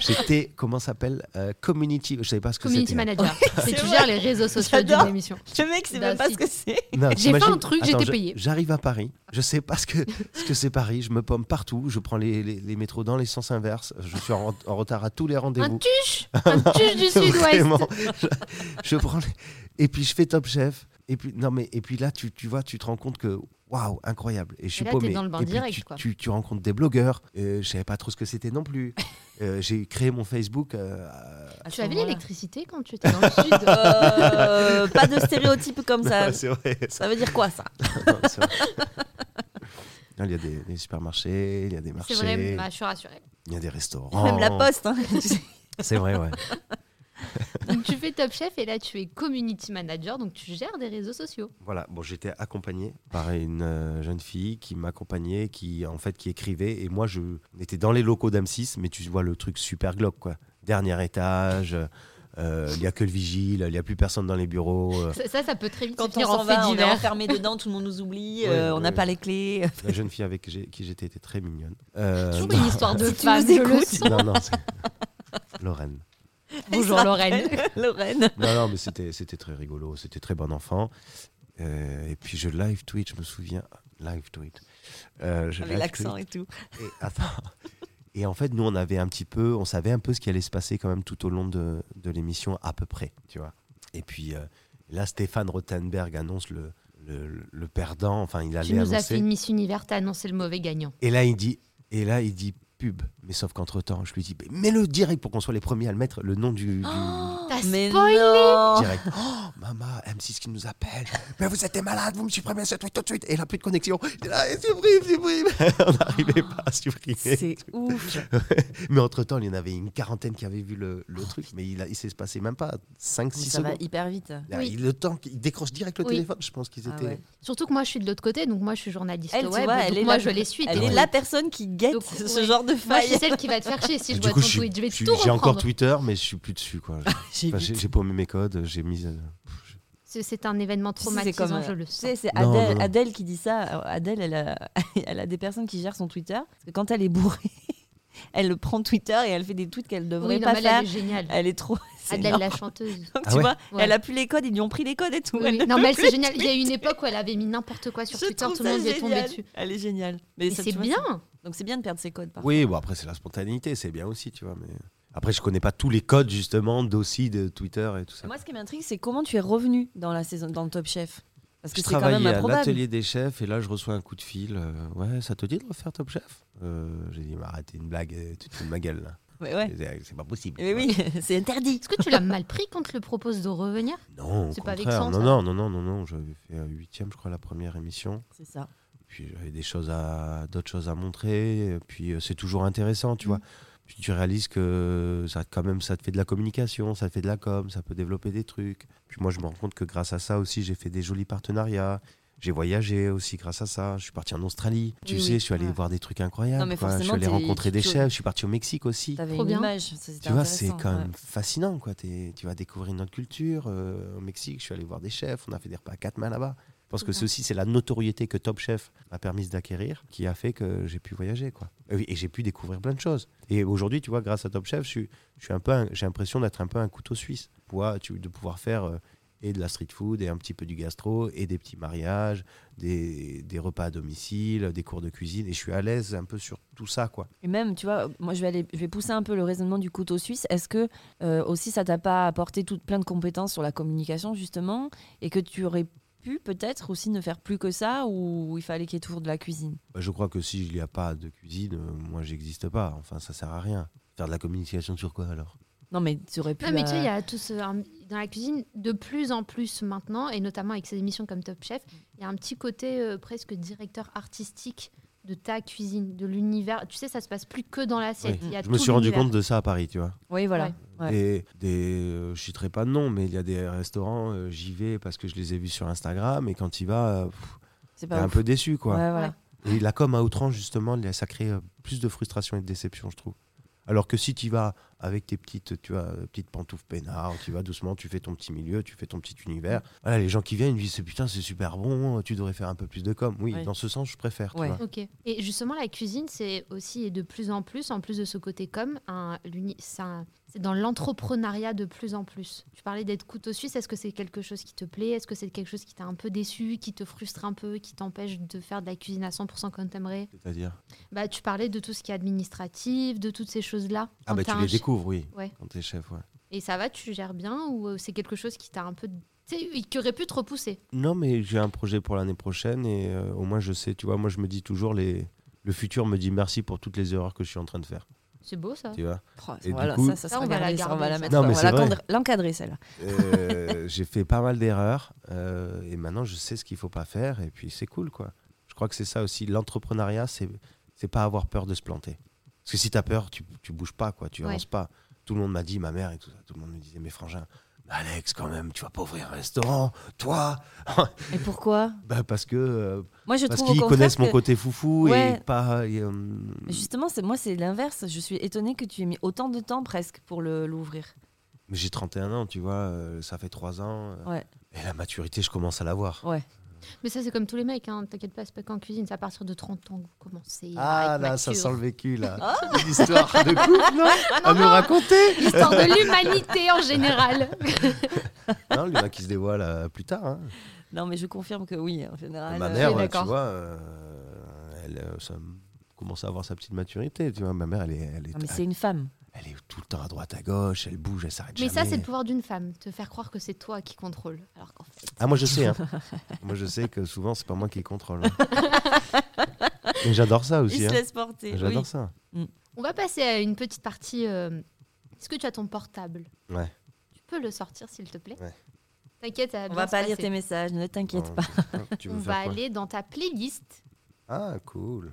Speaker 5: J'étais, comment ça s'appelle euh, Community. Je savais pas ce que
Speaker 2: Community
Speaker 5: c'était.
Speaker 2: manager.
Speaker 1: C'est
Speaker 2: C'est tu
Speaker 1: vrai.
Speaker 2: gères les réseaux sociaux d'une
Speaker 1: J'adore.
Speaker 2: émission.
Speaker 1: Le mec, c'est même
Speaker 2: Bah,
Speaker 1: pas
Speaker 2: si.
Speaker 1: ce que c'est.
Speaker 5: Non,
Speaker 2: J'ai
Speaker 5: t'imagines-
Speaker 2: fait un truc, j'étais
Speaker 5: je-
Speaker 2: payée.
Speaker 5: J'arrive à Paris, je sais pas ce que ce que c'est Paris, je me pomme partout, je prends les, les, les métros dans les sens inverses, je suis en, en retard à tous les
Speaker 2: Un
Speaker 5: rendez-vous.
Speaker 2: tuche Un tuche du sud-ouest
Speaker 5: Vraiment, je, je prends les- et puis je fais Top Chef et puis non mais et puis là tu, tu vois tu te rends compte que waouh incroyable et je suis
Speaker 2: là, t'es
Speaker 5: paumé
Speaker 2: dans le bain
Speaker 5: et puis
Speaker 2: direct,
Speaker 5: tu,
Speaker 2: quoi.
Speaker 5: tu- tu rencontres des blogueurs euh, je savais pas trop ce que c'était non plus Euh, j'ai créé mon Facebook euh,
Speaker 1: À
Speaker 2: Tu
Speaker 1: ce
Speaker 2: avais
Speaker 1: moment-là.
Speaker 2: l'électricité quand tu étais dans le sud
Speaker 1: Euh, Pas de stéréotypes comme ça.
Speaker 5: c'est vrai ça
Speaker 1: Ça veut dire quoi ça
Speaker 5: Non, c'est vrai. Non, il y a des, des supermarchés il y a des
Speaker 2: C'est
Speaker 5: marchés
Speaker 2: vrai, bah, je suis rassurée.
Speaker 5: Il y a des restaurants. Oh.
Speaker 1: Même la poste. hein.
Speaker 5: C'est vrai, ouais.
Speaker 2: Donc tu fais Top Chef et là tu es community manager, donc tu gères des réseaux sociaux.
Speaker 5: voilà, bon, j'étais accompagné par une euh, jeune fille qui m'accompagnait, qui en fait qui écrivait, et moi je on était dans les locaux d'AM6, mais tu vois le truc super glauque quoi. Dernier étage. euh, Il n'y a que le vigile, il n'y a plus personne dans les bureaux. euh,
Speaker 2: Ça, ça, ça peut très vite
Speaker 1: Quand on
Speaker 2: finir en
Speaker 1: s'en
Speaker 2: fait
Speaker 1: va, on est
Speaker 2: divers.
Speaker 1: enfermé dedans, tout le monde nous oublie,
Speaker 5: Ouais,
Speaker 1: euh, on n'a
Speaker 5: ouais.
Speaker 1: pas les clés.
Speaker 5: la jeune fille avec j'ai- qui j'étais était très mignonne. Euh,
Speaker 2: Toujours une histoire de
Speaker 1: Si tu
Speaker 2: femme,
Speaker 1: nous
Speaker 2: je le
Speaker 1: écoutes.
Speaker 2: sens.
Speaker 5: non, non, c'est Lorraine.
Speaker 2: Bonjour Lorraine.
Speaker 1: Lorraine.
Speaker 5: Non, non, mais c'était c'était très rigolo, c'était très bon enfant. Euh, et puis je live tweet, je me souviens. Live tweet. Euh, je
Speaker 1: Avec
Speaker 5: live
Speaker 1: l'accent
Speaker 5: tweet.
Speaker 1: et tout.
Speaker 5: Et, attends. Et en fait, nous, on avait un petit peu, on savait un peu ce qui allait se passer quand même tout au long de, de l'émission, à peu près, tu vois. Et puis euh, là, Stéphane Rothenberg annonce le, le, le perdant, enfin, il
Speaker 2: Tu
Speaker 5: allait
Speaker 2: nous as fait
Speaker 5: annoncer.
Speaker 2: une Miss Univers, t'as annoncé le mauvais gagnant.
Speaker 5: Et là, il dit, et là, il dit pub. Mais sauf qu'entre-temps, je lui dis, mais mets-le direct pour qu'on soit les premiers à le mettre, le nom du, du-
Speaker 2: T'as
Speaker 1: Oh, Mais
Speaker 2: spoilé
Speaker 1: non
Speaker 5: direct. Oh, maman, M6 qui nous appelle. Mais vous êtes des malades, vous me supprimez ce tweet tout de suite. Et là, plus de connexion. Et là, et supprime, supprime. On n'arrivait pas à supprimer.
Speaker 1: C'est ouf.
Speaker 5: Mais entre-temps, il y en avait une quarantaine qui avaient vu le, le truc. Mais il, a- il s'est passé même pas 5-6
Speaker 1: Oh, Ça va
Speaker 5: secondes.
Speaker 1: hyper vite.
Speaker 5: Là,
Speaker 2: Oui.
Speaker 5: il- Le temps qu'il décroche direct le
Speaker 2: Oui.
Speaker 5: téléphone, je pense qu'ils
Speaker 1: Ah
Speaker 5: étaient.
Speaker 1: ouais.
Speaker 2: Surtout que moi, je suis de l'autre côté, donc moi, je suis journaliste
Speaker 1: Elle, tu
Speaker 2: web,
Speaker 1: vois,
Speaker 2: bah, donc
Speaker 1: elle est
Speaker 2: moi,
Speaker 1: là-
Speaker 2: je les suis.
Speaker 1: Elle
Speaker 2: donc-
Speaker 1: est la personne qui guette
Speaker 2: Donc,
Speaker 1: ce
Speaker 2: ouais.
Speaker 1: genre de
Speaker 2: Moi, je suis
Speaker 1: faille.
Speaker 2: celle qui va te faire chier si
Speaker 5: Et
Speaker 2: je
Speaker 5: Ah, du
Speaker 2: vois
Speaker 5: coup,
Speaker 2: ton
Speaker 5: je suis-
Speaker 2: tweet. Je vais
Speaker 5: je suis-
Speaker 2: tout
Speaker 5: j'ai encore
Speaker 2: reprendre.
Speaker 5: Twitter, mais je suis plus dessus. quoi. Enfin, J'ai j'ai paumé mes codes, j'ai mis. euh,
Speaker 2: C'est- C'est un événement
Speaker 1: Tu sais, c'est
Speaker 2: traumatisant,
Speaker 1: comme,
Speaker 2: je le
Speaker 1: tu
Speaker 2: sais.
Speaker 1: sais, c'est
Speaker 5: Non,
Speaker 1: Adèle,
Speaker 5: non, non.
Speaker 1: Adèle qui dit ça. Adèle, elle a, elle a des personnes qui gèrent son Twitter. Parce que quand elle est bourrée, elle prend Twitter et elle fait des tweets qu'elle devrait
Speaker 2: Oui, non,
Speaker 1: pas
Speaker 2: mais elle,
Speaker 1: faire.
Speaker 2: elle est géniale.
Speaker 1: Elle est trop. c'est
Speaker 2: Adèle,
Speaker 1: énorme.
Speaker 2: la chanteuse.
Speaker 1: Donc,
Speaker 5: Ah
Speaker 1: tu
Speaker 5: ouais
Speaker 1: vois,
Speaker 2: Ouais.
Speaker 1: elle a plus les codes, ils lui ont pris les codes et tout.
Speaker 2: Oui,
Speaker 1: Elle
Speaker 2: oui.
Speaker 1: ne
Speaker 2: Non, mais elle,
Speaker 1: peut plus
Speaker 2: c'est génial. Il y a une époque où elle avait mis n'importe quoi sur
Speaker 1: Je
Speaker 2: Twitter,
Speaker 1: trouve
Speaker 2: tout le
Speaker 1: ça
Speaker 2: monde lui est tombé
Speaker 1: génial.
Speaker 2: dessus.
Speaker 1: Elle est géniale. Mais
Speaker 2: Et
Speaker 1: ça,
Speaker 2: c'est
Speaker 1: tu vois,
Speaker 2: bien.
Speaker 1: c'est- Donc c'est bien de perdre ses codes. Parfois.
Speaker 5: Oui, bon après c'est la spontanéité, c'est bien aussi, tu vois. Mais après je connais pas tous les codes justement d'aussi de Twitter et tout ça.
Speaker 1: Moi, ce qui m'intrigue, c'est comment tu es revenu dans la saison, dans le Top Chef. Parce que
Speaker 5: je
Speaker 1: c'est quand même
Speaker 5: travaillais à
Speaker 1: improbable.
Speaker 5: l'atelier des chefs et là je reçois un coup de fil. euh, ouais, ça te dit de refaire Top Chef Euh, J'ai dit mais arrêtez une blague, euh, tu te fous de ma gueule là.
Speaker 1: Mais ouais.
Speaker 5: C'est- C'est pas possible.
Speaker 1: Mais oui, c'est interdit.
Speaker 2: Est-ce que tu l'as mal pris quand on te le propose de revenir
Speaker 5: Non, au
Speaker 2: C'est pas
Speaker 5: contraire.
Speaker 2: vexant,
Speaker 5: non,
Speaker 2: ça.
Speaker 5: non, non, non, non, non. J'avais fait euh, huitième, je crois, la première émission.
Speaker 1: C'est ça.
Speaker 5: Puis j'avais des choses à, d'autres choses à montrer. Puis euh, c'est toujours intéressant,
Speaker 1: Mm.
Speaker 5: tu vois. Puis tu réalises que ça quand même, ça te fait de la communication, ça te fait de la com, ça peut développer des trucs. Puis moi, je me rends compte que grâce à ça aussi, j'ai fait des jolis partenariats. J'ai voyagé aussi grâce à ça. Je suis parti en Australie. Tu
Speaker 1: Oui,
Speaker 5: sais,
Speaker 1: oui,
Speaker 5: je suis allé
Speaker 1: ouais.
Speaker 5: voir des trucs incroyables.
Speaker 1: Non, mais
Speaker 5: quoi. Je suis
Speaker 1: forcément,
Speaker 5: allé
Speaker 1: t'es-
Speaker 5: rencontrer des
Speaker 1: tu-
Speaker 5: chefs. Je suis parti au Mexique aussi.
Speaker 1: T'avais
Speaker 2: Trop
Speaker 1: une
Speaker 2: bien.
Speaker 1: image. ça, c'était
Speaker 5: Tu vois, c'est
Speaker 1: intéressant,
Speaker 5: quand même
Speaker 1: ouais.
Speaker 5: fascinant. Quoi. T'es- tu vas découvrir une autre culture. euh, au Mexique, je suis allé voir des chefs. On a fait des repas à quatre mains là-bas. Je pense que
Speaker 2: Ouais.
Speaker 5: ceci, c'est la notoriété que Top Chef m'a permis d'acquérir qui a fait que j'ai pu voyager. Quoi. Euh, oui, Et j'ai pu découvrir plein de choses. Et aujourd'hui, tu vois, grâce à Top Chef, je suis, je suis un peu un- j'ai l'impression d'être un peu un couteau suisse. Tu vois, tu- de pouvoir faire euh, et de la street food et un petit peu du gastro et des petits mariages, des, des repas à domicile, des cours de cuisine. Et je suis à l'aise un peu sur tout ça. quoi.
Speaker 1: Et même, tu vois, moi je vais aller, je vais pousser un peu le raisonnement du couteau suisse. Est-ce que euh, aussi ça t'a pas apporté tout, plein de compétences sur la communication justement, et que tu aurais pu peut-être aussi ne faire plus que ça, ou il fallait qu'il y ait toujours de la cuisine
Speaker 5: Bah, Je crois que s'il n'y a pas de cuisine, euh, moi, j'existe pas. Enfin, ça sert à rien. Faire de la communication sur quoi alors
Speaker 1: Non, mais tu aurais pu.
Speaker 2: Non, Ah, mais tu
Speaker 1: euh,
Speaker 2: sais, il y a tout ce- un- dans la cuisine, de plus en plus maintenant, et notamment avec ces émissions comme Top Chef, il y a un petit côté euh, presque directeur artistique de ta cuisine, de l'univers. Tu sais, ça se passe plus que dans l'assiette.
Speaker 5: Ouais.
Speaker 2: Il y a
Speaker 5: Je me
Speaker 2: tout
Speaker 5: suis rendu
Speaker 2: l'univers.
Speaker 5: compte de ça à Paris, tu vois.
Speaker 1: Oui, voilà. Ouais.
Speaker 5: Des, des, euh, je citerai pas de nom, mais il y a des restaurants, euh, j'y vais parce que je les ai vus sur Instagram, et quand il va, euh, pff,
Speaker 1: C'est
Speaker 2: Bah,
Speaker 5: t'es
Speaker 1: pas.
Speaker 5: un
Speaker 1: ouf.
Speaker 5: peu déçu, quoi.
Speaker 1: Ouais, voilà.
Speaker 5: Et la com à outrance, justement, il y a- ça crée euh, plus de frustration et de déception, je trouve. Alors que si tu vas avec tes petites, tu vois, euh, petites pantoufles peinards, tu vas doucement, tu fais ton petit milieu, tu fais ton petit univers.
Speaker 2: Mm.
Speaker 5: Voilà, les gens qui viennent, ils disent putain, c'est super bon, euh, tu devrais faire un peu plus de com. Oui,
Speaker 1: Ouais.
Speaker 5: dans ce sens, je préfère. tu
Speaker 1: Ouais.
Speaker 5: vois.
Speaker 2: Ok. Et justement, la cuisine, c'est aussi et de plus en plus, en plus de ce côté comme, un, l'uni- c'est un- c'est dans l'entrepreneuriat de plus en plus. Tu parlais d'être couteau suisse. Est-ce que c'est quelque chose qui te plaît Est-ce que c'est quelque chose qui t'a un peu déçu, qui te frustre un peu, qui t'empêche de faire de la cuisine à 100% comme t'aimerais
Speaker 5: C'est-à-dire.
Speaker 2: bah, Tu parlais de tout ce qui est administratif, de toutes ces choses-là.
Speaker 5: Ah
Speaker 2: Quand
Speaker 5: bah
Speaker 2: t'as
Speaker 5: tu
Speaker 2: un
Speaker 5: les
Speaker 2: ch-
Speaker 5: découvres, oui.
Speaker 2: Ouais.
Speaker 5: Quand t'es chef, ouais.
Speaker 2: Et ça va, tu gères bien Ou euh, c'est quelque chose qui t'a un peu... tu sais, qui aurait pu te repousser
Speaker 5: Non, mais j'ai un projet pour l'année prochaine et euh, au moins je sais, tu vois, moi je me dis toujours, les... le futur me dit merci pour toutes les erreurs que je suis en train de faire.
Speaker 2: C'est beau ça.
Speaker 5: Tu vois
Speaker 1: Oh,
Speaker 5: Et du
Speaker 1: voilà,
Speaker 5: coup-
Speaker 1: ça, ça,
Speaker 2: Ça,
Speaker 1: sera
Speaker 2: on va la
Speaker 1: gardé, ça, on va
Speaker 2: garder,
Speaker 1: la
Speaker 2: ça.
Speaker 1: mettre.
Speaker 5: Non,
Speaker 1: on
Speaker 5: mais
Speaker 1: va
Speaker 5: c'est
Speaker 1: la
Speaker 5: vrai.
Speaker 1: condre- l'encadrer, celle-là.
Speaker 5: Euh, j'ai fait pas mal d'erreurs euh, et maintenant je sais ce qu'il faut pas faire et puis c'est cool quoi. Je crois que c'est ça aussi l'entrepreneuriat, c'est c'est pas avoir peur de se planter. Parce que si tu as peur, tu, tu bouges pas quoi, tu
Speaker 2: Ouais.
Speaker 5: avances pas. Tout le monde m'a dit ma mère et tout ça, tout le monde me disait mes frangins mais Alex, quand même, tu vas pas ouvrir un restaurant, toi
Speaker 1: Et pourquoi
Speaker 5: bah Parce que euh,
Speaker 1: Moi, je
Speaker 5: parce
Speaker 1: trouve au
Speaker 5: qu'ils
Speaker 1: contraire
Speaker 5: connaissent mon
Speaker 1: que-
Speaker 5: côté foufou
Speaker 1: Ouais.
Speaker 5: et pas. et, euh,
Speaker 1: Mais Justement, c'est moi, c'est l'inverse. Je suis étonnée que tu aies mis autant de temps presque pour le- l'ouvrir.
Speaker 5: mais J'ai 31 ans, tu vois, euh, ça fait 3 ans. euh,
Speaker 1: Ouais.
Speaker 5: Et la maturité, je commence à l'avoir.
Speaker 1: Ouais.
Speaker 2: Mais ça, c'est comme tous les mecs, hein, t'inquiète pas, c'est pas qu'en cuisine, c'est à partir de 30 ans que vous commencez. à
Speaker 5: Ah
Speaker 2: être
Speaker 5: là, ça
Speaker 2: mature.
Speaker 5: sent le vécu
Speaker 2: Ah.
Speaker 5: là. Une histoire de couple, non À me raconter
Speaker 2: L'histoire de l'humanité en général.
Speaker 5: Non, lui, il y en a qui se dévoile euh, plus tard. hein.
Speaker 1: Non, mais je confirme que oui, en général.
Speaker 5: Ma
Speaker 1: euh,
Speaker 5: mère,
Speaker 2: oui,
Speaker 5: euh, tu
Speaker 2: Ah, d'accord.
Speaker 5: vois, euh, elle euh, ça m- commence à avoir sa petite maturité. Tu vois, ma mère, elle est, elle est,
Speaker 1: non,
Speaker 2: Ah,
Speaker 1: mais c'est une femme.
Speaker 5: elle est tout le temps à droite, à gauche, elle bouge, elle s'arrête
Speaker 2: Mais ça,
Speaker 5: jamais.
Speaker 2: c'est le pouvoir d'une femme, te faire croire que c'est toi qui contrôle. Alors qu'en fait.
Speaker 5: Ah, moi je sais. hein. moi je sais que souvent, c'est pas moi qui contrôle. hein. Mais j'adore ça
Speaker 1: Il
Speaker 5: aussi.
Speaker 1: se
Speaker 5: hein.
Speaker 1: laisse porter. oui.
Speaker 5: J'adore ça.
Speaker 2: On va passer à une petite partie. euh, Est-ce que tu as ton portable
Speaker 5: Ouais.
Speaker 2: Tu peux le sortir, s'il te plaît
Speaker 5: Ouais.
Speaker 2: T'inquiète, ça va
Speaker 1: On
Speaker 2: bien
Speaker 1: va
Speaker 2: se
Speaker 1: pas lire
Speaker 2: passer.
Speaker 1: tes messages, ne t'inquiète
Speaker 5: Non,
Speaker 1: pas.
Speaker 5: Oh, Tu
Speaker 2: On
Speaker 5: veux
Speaker 2: va
Speaker 5: faire quoi
Speaker 2: aller dans ta playlist.
Speaker 5: Ah, cool.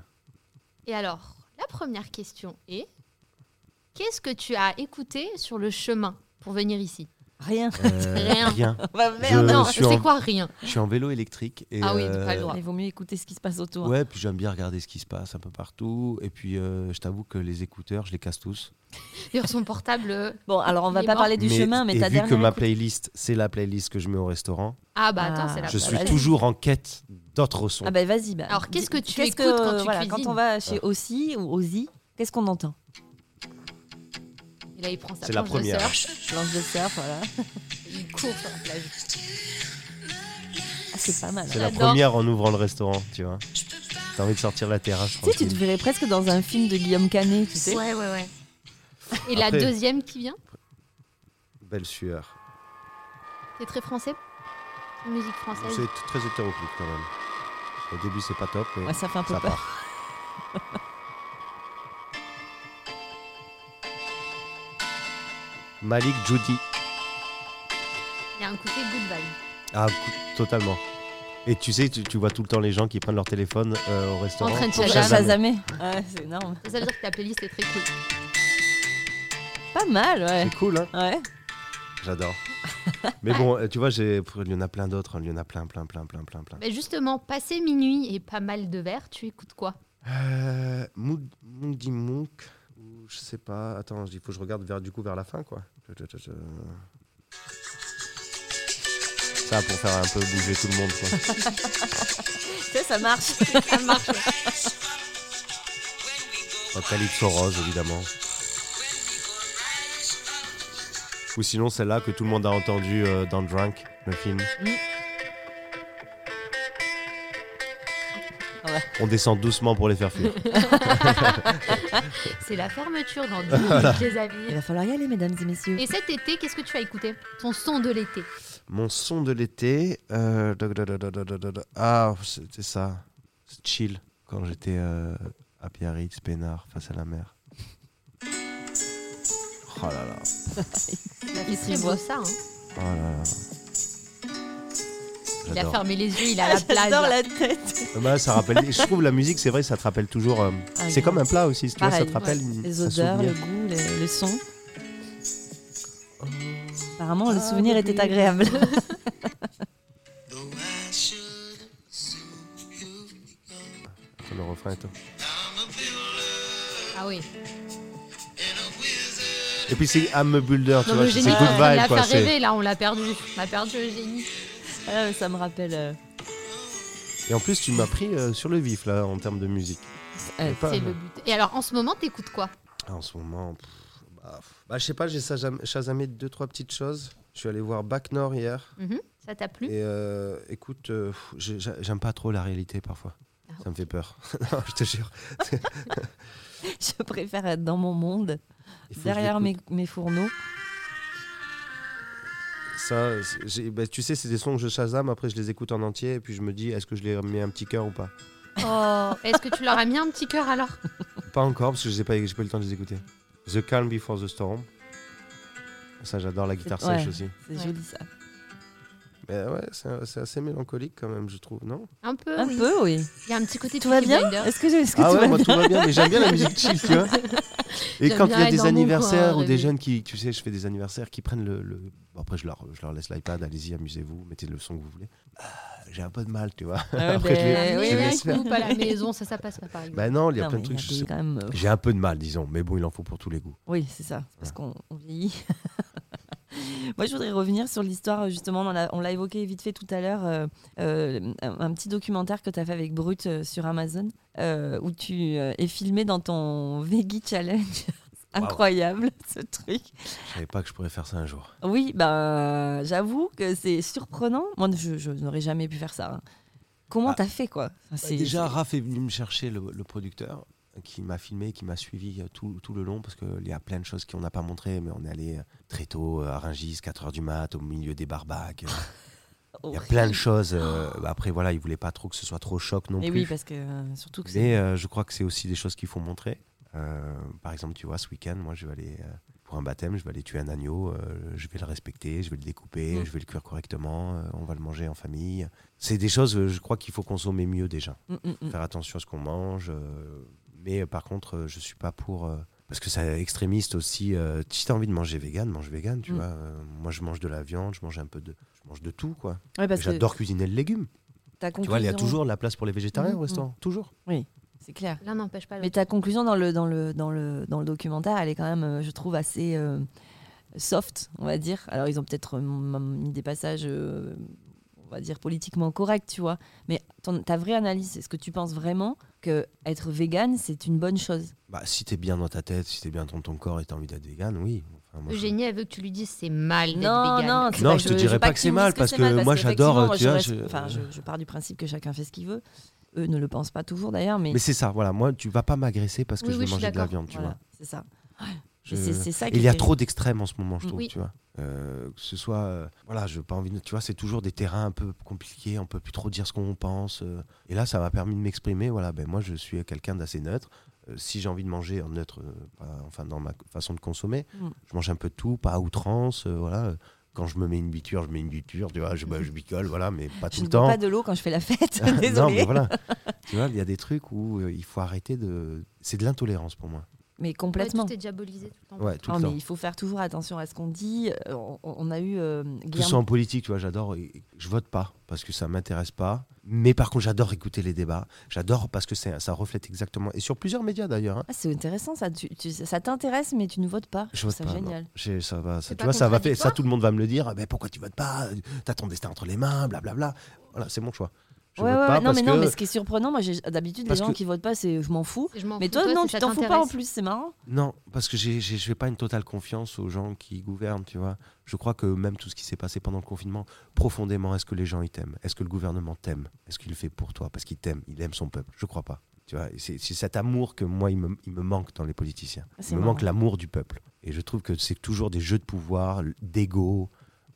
Speaker 2: Et alors, la première question est Qu'est-ce que tu as écouté sur le chemin pour venir ici
Speaker 1: Rien.
Speaker 5: Euh,
Speaker 2: Rien.
Speaker 1: Bah
Speaker 5: Euh,
Speaker 1: merde.
Speaker 2: Non,
Speaker 5: je
Speaker 2: je
Speaker 5: suis
Speaker 2: sais
Speaker 5: en-
Speaker 2: quoi Rien.
Speaker 5: Je suis en vélo électrique. Et
Speaker 2: Ah oui, donc pas le
Speaker 5: euh,
Speaker 2: droit.
Speaker 1: Il vaut mieux écouter ce qui se passe autour.
Speaker 5: Ouais, puis j'aime bien regarder ce qui se passe un peu partout. Et puis, euh, je t'avoue que les écouteurs, je les casse tous.
Speaker 2: Sur son portable. euh,
Speaker 1: Bon, alors on va
Speaker 2: Il est
Speaker 1: pas
Speaker 2: mort.
Speaker 1: parler du chemin, mais
Speaker 5: et
Speaker 1: ta
Speaker 5: vu
Speaker 1: dernière.
Speaker 5: que ma
Speaker 1: écoute-
Speaker 5: playlist, c'est la playlist que je mets au restaurant,
Speaker 2: Ah bah attends,
Speaker 1: Ah.
Speaker 2: c'est la
Speaker 5: je
Speaker 1: bah,
Speaker 5: suis
Speaker 1: vas-y.
Speaker 5: toujours en quête d'autres sons.
Speaker 1: Ah bah vas-y. bah,
Speaker 2: Alors, qu'est-ce que tu
Speaker 1: qu'est-ce
Speaker 2: écoutes quand tu
Speaker 1: voilà,
Speaker 2: cuisines
Speaker 1: Quand on va chez Aussi ou Ozzy, qu'est-ce qu'on entend
Speaker 2: Et là, il prend sa
Speaker 5: C'est la
Speaker 2: planche de
Speaker 5: première.
Speaker 2: surf,
Speaker 1: Planche de surf, voilà.
Speaker 2: il court sur la plage.
Speaker 1: Ah, c'est pas mal.
Speaker 5: c'est la
Speaker 2: j'adore.
Speaker 5: première en ouvrant le restaurant, tu vois. T'as envie de sortir la terrasse.
Speaker 1: Tu sais, tu te
Speaker 5: tranquille.
Speaker 1: verrais presque dans un film de Guillaume Canet, tu sais.
Speaker 2: Ouais, ouais, ouais. Et la
Speaker 5: Après-
Speaker 2: deuxième qui vient
Speaker 5: Belle sueur.
Speaker 1: Ah,
Speaker 2: C'est très français C'est musique
Speaker 5: C'est
Speaker 2: française.
Speaker 5: t- très hétéroclite quand même. Au début, c'est pas top, mais
Speaker 1: Ouais, ça fait un peu
Speaker 5: ça
Speaker 1: peur.
Speaker 5: part. Malik Judy.
Speaker 2: Il y a un côté good vibe.
Speaker 5: Ah, cou- totalement. Et tu sais, tu, tu vois tout le temps les gens qui prennent leur téléphone euh, au restaurant.
Speaker 2: En train de
Speaker 5: pour
Speaker 2: Shazam.
Speaker 5: shazamer.
Speaker 1: Shazamé. Ouais, c'est énorme.
Speaker 2: Et Ça veut dire que ta playlist est très cool.
Speaker 1: Pas mal, ouais.
Speaker 5: C'est cool, hein
Speaker 1: Ouais.
Speaker 5: J'adore. Mais bon, euh, tu vois, j'ai- il y en a plein d'autres. hein, Il y en a plein, plein, plein, plein, plein, plein.
Speaker 2: Mais Bah, justement, passé minuit et pas mal de verre, tu écoutes quoi
Speaker 5: Euh, Mood- Moody Monk, ou je sais pas. Attends, il faut que je regarde vers, du coup vers la fin, quoi. Je- je- je- je- Ça pour faire un peu bouger tout le monde, quoi.
Speaker 1: Tu sais, ça marche.
Speaker 2: Ça marche. ouais.
Speaker 5: Oh, Calypso Rose, évidemment. Ou sinon celle-là que tout le monde a entendue euh, dans Drunk, le film.
Speaker 1: Ouais.
Speaker 5: On descend doucement pour les faire fuir.
Speaker 2: C'est la fermeture dans 10 minutes, les
Speaker 1: Il
Speaker 2: amis.
Speaker 1: va falloir y aller, mesdames et messieurs.
Speaker 2: Et cet été, qu'est-ce que tu as écouté Ton son de l'été.
Speaker 5: Mon son de l'été. euh, doc, doc, doc, doc, doc, doc, doc. Ah, c'était ça. C'est chill. Quand j'étais euh, à Biarritz, Pénard, face à la mer. Oh là là.
Speaker 1: Il
Speaker 2: C'est
Speaker 1: se
Speaker 2: très beau
Speaker 1: voit.
Speaker 2: ça. hein.
Speaker 5: Oh là là.
Speaker 2: Il a
Speaker 5: J'adore.
Speaker 2: fermé les yeux, il est à la plage.
Speaker 1: J'adore la tête.
Speaker 5: Ah bah, ça rappelle. Je trouve la musique, c'est vrai, ça te rappelle toujours. euh,
Speaker 1: Ah,
Speaker 5: c'est
Speaker 1: grave.
Speaker 5: comme un plat aussi, tu vois, ça
Speaker 1: Pareil,
Speaker 5: te rappelle une-
Speaker 1: Les
Speaker 5: un
Speaker 1: odeurs, le
Speaker 5: souvenir.
Speaker 1: goût, le, le son. Apparemment, le souvenir était agréable.
Speaker 5: Attends, le refrain et tout.
Speaker 2: Ah oui.
Speaker 5: Et puis c'est I'm a Builder, tu
Speaker 2: Non,
Speaker 5: vois,
Speaker 2: le
Speaker 5: c'est
Speaker 2: génie,
Speaker 5: good
Speaker 2: on l'a
Speaker 5: vibe
Speaker 2: fait
Speaker 5: quoi. c'est-
Speaker 2: rêver là, on l'a perdu. On a perdu le génie.
Speaker 1: Ah, mais ça me rappelle. euh,
Speaker 5: Et en plus, tu m'as pris euh, sur le vif là en termes de musique.
Speaker 1: euh,
Speaker 5: Pas-
Speaker 2: C'est le but. Et alors, en ce moment, t'écoutes quoi
Speaker 5: Ah, En ce moment, pff, bah, pff. Bah, je sais pas, j'ai shazam- chasamé deux trois petites choses. Je suis allé voir Back Nord hier.
Speaker 2: Mhm. Ça t'a plu
Speaker 5: Et euh, écoute, euh, pff, j'ai- j'ai- j'aime pas trop la réalité parfois.
Speaker 2: Ah,
Speaker 5: Ça me fait peur. non, je te jure.
Speaker 1: je préfère être dans mon monde,
Speaker 5: Il faut que je
Speaker 1: derrière
Speaker 5: l'écoute.
Speaker 1: mes, mes fourneaux.
Speaker 5: Ça, c'est- j'ai- bah, tu sais, c'est des sons que je chasame, après je les écoute en entier, et puis je me dis, est-ce que je les mets un petit cœur ou pas
Speaker 2: Oh, Est-ce que tu leur as mis un petit cœur alors
Speaker 5: Pas encore, parce que j'ai pas, j'ai pas eu le temps de les écouter. The Calm Before the Storm. Ça, j'adore la guitare
Speaker 1: Ouais.
Speaker 5: sèche aussi.
Speaker 1: C'est
Speaker 2: Ouais.
Speaker 1: joli ça.
Speaker 5: Mais ouais, c'est c'est assez mélancolique quand même, je trouve, non
Speaker 2: Un peu,
Speaker 1: Un
Speaker 2: Ah oui.
Speaker 1: peu, oui.
Speaker 2: Il y a un petit côté
Speaker 1: Tout va
Speaker 2: Peaky
Speaker 1: bien
Speaker 2: Blinders.
Speaker 1: Est-ce que, est que
Speaker 5: Ah
Speaker 1: tout
Speaker 5: ouais,
Speaker 1: va
Speaker 5: moi
Speaker 1: bien
Speaker 5: tout va bien, mais j'aime bien la musique chill, tu vois. Et
Speaker 2: J'aime
Speaker 5: quand il y
Speaker 2: bien
Speaker 5: a
Speaker 2: être
Speaker 5: des
Speaker 2: dans mon
Speaker 5: anniversaires
Speaker 2: coin,
Speaker 5: ou des
Speaker 2: rêver.
Speaker 5: jeunes qui, tu sais, je fais des anniversaires qui prennent le. le- bon, après, je leur, je leur laisse l'iPad, allez-y, amusez-vous, mettez le son que vous voulez. Ah, j'ai un peu de mal, tu vois.
Speaker 1: Ah ouais,
Speaker 5: Après, je
Speaker 1: ben,
Speaker 2: Euh,
Speaker 5: les-
Speaker 1: oui,
Speaker 5: je
Speaker 1: oui,
Speaker 5: les
Speaker 1: laisse
Speaker 2: avec nous, pas à la maison, ça, ça passe pas par exemple.
Speaker 5: Bah non, il y a
Speaker 1: Non,
Speaker 5: plein
Speaker 1: mais
Speaker 5: de
Speaker 1: il y
Speaker 5: trucs.
Speaker 1: a
Speaker 5: je
Speaker 1: des-
Speaker 5: sais-
Speaker 1: quand même, euh,
Speaker 5: J'ai un peu de mal, disons, mais bon, il en faut pour tous les goûts.
Speaker 1: Oui, c'est ça. C'est parce qu'on on vieillit. Moi, je voudrais revenir sur l'histoire, euh, justement, on en a- on l'a évoqué vite fait tout à l'heure, euh, euh, un un petit documentaire que tu as fait avec Brut euh, sur Amazon, euh, où tu euh, es filmé dans ton Veggie Challenge.
Speaker 5: Waouh.
Speaker 1: Incroyable ce truc.
Speaker 5: Je savais pas que je pourrais faire ça un jour.
Speaker 1: Oui, ben j'avoue que c'est surprenant. Moi, je, je n'aurais jamais pu faire ça. hein. Comment
Speaker 5: Bah,
Speaker 1: t'as fait quoi C'est-
Speaker 5: Déjà, Raph est venu me chercher, le, le producteur, qui m'a filmé, qui m'a suivi euh, tout, tout le long, parce qu'il y a plein de choses qu'on n'a pas montrées, mais on est allé euh, très tôt euh, à Rungis, 4h du mat, au milieu des barbaques. euh,
Speaker 1: c'est
Speaker 5: Il y a
Speaker 1: horrible.
Speaker 5: plein de choses. euh, bah après, voilà, il voulait pas trop que ce soit trop choc non
Speaker 1: Mais
Speaker 5: plus.
Speaker 1: oui, parce que euh, surtout que c'est.
Speaker 5: Mais euh, je crois que c'est aussi des choses qu'il faut montrer. Euh, par exemple, tu vois, ce week-end, moi, je vais aller euh, pour un baptême, je vais aller tuer un agneau, euh, je vais le respecter, je vais le découper,
Speaker 1: Mm.
Speaker 5: je vais le cuire correctement, euh, on va le manger en famille. C'est des choses, euh, je crois qu'il faut consommer mieux déjà.
Speaker 1: Mm, mm, mm.
Speaker 5: Faire attention à ce qu'on mange. euh, mais euh, par contre, euh, je suis pas pour. euh, parce que c'est extrémiste aussi. euh, si tu as envie de manger vegan, mange vegan, tu
Speaker 1: Mm.
Speaker 5: vois. Euh, moi, je mange de la viande, je mange un peu de. Je mange de tout, quoi.
Speaker 1: Ouais, parce que
Speaker 5: J'adore cuisiner le légume.
Speaker 1: ta
Speaker 5: Tu vois, il y a
Speaker 1: conclusion-
Speaker 5: toujours de la place pour les végétariens
Speaker 1: Mm,
Speaker 5: au restaurant. Toujours.
Speaker 1: C'est clair.
Speaker 2: L'un n'empêche pas
Speaker 1: Mais
Speaker 2: l'autre.
Speaker 1: ta conclusion dans le, dans, le, dans, le, dans le documentaire, elle est quand même, euh, je trouve, assez euh, soft, on va dire. Alors, ils ont peut-être euh, m- mis des passages, euh, on va dire, politiquement corrects, tu vois. Mais ton- ta vraie analyse, est-ce que tu penses vraiment que être vegan, c'est une bonne chose
Speaker 5: Bah, si t'es bien dans ta tête, si t'es bien dans ton corps et t'as envie d'être vegan, oui. Enfin, moi, je-
Speaker 2: Eugénie, elle veut que tu lui dises c'est mal d'être
Speaker 1: Non,
Speaker 2: végane.
Speaker 1: non,
Speaker 5: Non,
Speaker 1: c'est pas-
Speaker 5: je te dirais
Speaker 1: veux
Speaker 5: pas que
Speaker 1: qu'ils
Speaker 5: c'est
Speaker 1: me
Speaker 5: mal,
Speaker 1: disent
Speaker 5: parce
Speaker 1: c'est
Speaker 5: que
Speaker 1: mal,
Speaker 5: moi,
Speaker 1: qu'effectivement,
Speaker 5: j'adore, tu
Speaker 1: moi,
Speaker 5: vois,
Speaker 1: je, reste-
Speaker 5: je-
Speaker 1: enfin, je, je pars du principe que chacun fait ce qu'il veut. Eux ne le pensent pas toujours d'ailleurs, mais,
Speaker 5: Mais c'est ça, voilà. Moi, tu vas pas m'agresser parce que
Speaker 2: Oui,
Speaker 5: je
Speaker 2: oui,
Speaker 5: vais
Speaker 2: je suis
Speaker 5: manger de la
Speaker 2: d'accord,
Speaker 5: viande, tu
Speaker 1: voilà,
Speaker 5: vois.
Speaker 1: c'est ça.
Speaker 5: Je-
Speaker 1: Et c'est- c'est ça
Speaker 5: Et
Speaker 1: qui
Speaker 5: il y a
Speaker 1: fait-
Speaker 5: trop d'extrêmes en ce moment, je
Speaker 1: Mm,
Speaker 5: trouve,
Speaker 2: oui.
Speaker 5: tu vois. Euh, que ce soit, euh, voilà, je veux pas envie de, tu vois, c'est toujours des terrains un peu compliqués, on peut plus trop dire ce qu'on pense. euh. Et là, ça m'a permis de m'exprimer, voilà, ben moi, je suis quelqu'un d'assez neutre. Euh, si j'ai envie de manger en neutre, euh, pas- enfin, dans ma façon de consommer,
Speaker 1: Mm.
Speaker 5: je mange un peu de tout, pas à outrance, euh, voilà. Quand je me mets une biture, je mets une biture, tu vois, je, bah, je bicole, voilà, mais pas
Speaker 1: Je
Speaker 5: tout
Speaker 1: ne
Speaker 5: le
Speaker 1: bois
Speaker 5: temps.
Speaker 1: pas de l'eau quand je fais la fête,
Speaker 5: Ah, non,
Speaker 1: désolée.
Speaker 5: mais voilà. tu vois, il y a des trucs où euh, il faut arrêter de. C'est de l'intolérance pour moi.
Speaker 1: mais
Speaker 2: Ouais,
Speaker 1: complètement.
Speaker 2: tout est diabolisé tout le temps.
Speaker 5: Ouais, tout
Speaker 1: Non,
Speaker 5: le
Speaker 1: Ah, mais
Speaker 5: temps.
Speaker 1: il faut faire toujours attention à ce qu'on dit. Euh, On, on a eu euh,
Speaker 5: Tout
Speaker 1: Guillermo-
Speaker 5: ça en politique, tu vois, j'adore. et- Je vote pas parce que ça m'intéresse pas. Mais par contre, j'adore écouter les débats. J'adore parce que c'est- ça reflète exactement. Et sur plusieurs médias d'ailleurs. hein.
Speaker 1: Ah, c'est intéressant ça. Tu- tu- ça t'intéresse, mais tu ne votes pas.
Speaker 5: Je vote
Speaker 1: c'est
Speaker 5: pas. non.
Speaker 1: Ah, génial.
Speaker 5: J'ai- Ça va, ça,
Speaker 2: C'est
Speaker 5: tu
Speaker 2: pas
Speaker 5: vois, ça va faire. Ça,
Speaker 2: contradictoire
Speaker 5: tout le monde va me le dire. Mais pourquoi tu votes pas T'as ton destin entre les mains, blablabla. Voilà, c'est mon choix. Je
Speaker 1: Ouais,
Speaker 5: vote
Speaker 1: ouais,
Speaker 5: pas
Speaker 1: ouais. non,
Speaker 5: parce
Speaker 1: mais non,
Speaker 5: que-
Speaker 1: mais ce qui est surprenant, moi, j'ai- d'habitude, les
Speaker 5: Parce
Speaker 1: gens
Speaker 5: que-
Speaker 1: qui votent pas, c'est je m'en fous.
Speaker 2: Je m'en
Speaker 1: Mais
Speaker 2: fous,
Speaker 1: toi, non,
Speaker 2: ça
Speaker 1: tu t'en fous pas en
Speaker 2: t'intéresse.
Speaker 1: plus, c'est marrant.
Speaker 5: Non, parce que j'ai- j'ai- je n'ai pas une totale confiance aux gens qui gouvernent, tu vois. Je crois que même tout ce qui s'est passé pendant le confinement, profondément, est-ce que les gens ils t'aiment Est-ce que le gouvernement t'aime Est-ce qu'il le fait pour toi Parce qu'il t'aime, il aime son peuple. Je crois pas. Tu vois, Et c'est c'est cet amour que moi, il me, il me manque dans les politiciens.
Speaker 1: Ah, c'est
Speaker 5: il me
Speaker 1: marrant.
Speaker 5: manque l'amour du peuple. Et je trouve que c'est toujours des jeux de pouvoir, d'ego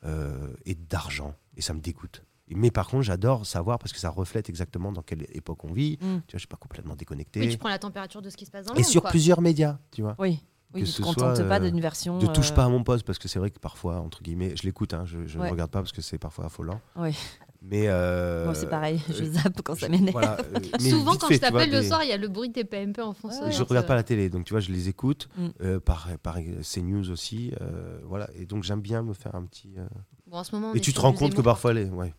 Speaker 5: euh, et d'argent. Et ça me dégoûte. Mais par contre, j'adore savoir parce que ça reflète exactement dans quelle époque on vit.
Speaker 1: Mm.
Speaker 5: Tu vois, je suis pas complètement déconnecté.
Speaker 2: Oui, tu prends la température de ce qui se passe dans le
Speaker 5: et
Speaker 2: monde.
Speaker 5: sur
Speaker 2: quoi.
Speaker 5: plusieurs médias, tu vois.
Speaker 1: Oui, oui
Speaker 5: Que
Speaker 1: tu te
Speaker 5: ce soit,
Speaker 1: contentes pas
Speaker 5: euh,
Speaker 1: d'une version.
Speaker 5: Ne touche
Speaker 1: euh,
Speaker 5: pas à mon poste parce que c'est vrai que parfois, entre guillemets, je l'écoute, hein, je, je
Speaker 1: Ouais.
Speaker 5: ne regarde pas parce que c'est parfois affolant.
Speaker 1: Ouais.
Speaker 5: Mais. euh,
Speaker 1: Moi, c'est pareil, je
Speaker 5: euh,
Speaker 1: zappe quand ça
Speaker 5: je-
Speaker 1: m'énerve.
Speaker 5: voilà, euh, mais
Speaker 2: Souvent,
Speaker 5: vite
Speaker 2: quand
Speaker 5: fait,
Speaker 2: je
Speaker 5: tu vois,
Speaker 2: t'appelle le
Speaker 5: des-
Speaker 2: soir, il y a le bruit de tes PMP en France.
Speaker 1: Ouais, ouais.
Speaker 5: Je regarde pas la télé, donc tu vois, je les écoute.
Speaker 1: Mm.
Speaker 5: euh, par, par CNews aussi. euh, voilà. Et donc, j'aime bien me faire un petit. euh,
Speaker 2: Bon, en ce moment, on
Speaker 5: Et
Speaker 2: est
Speaker 5: tu te
Speaker 2: sur
Speaker 5: rends
Speaker 2: du
Speaker 5: compte que
Speaker 2: Zemmour.
Speaker 5: parfois, les. Ouais.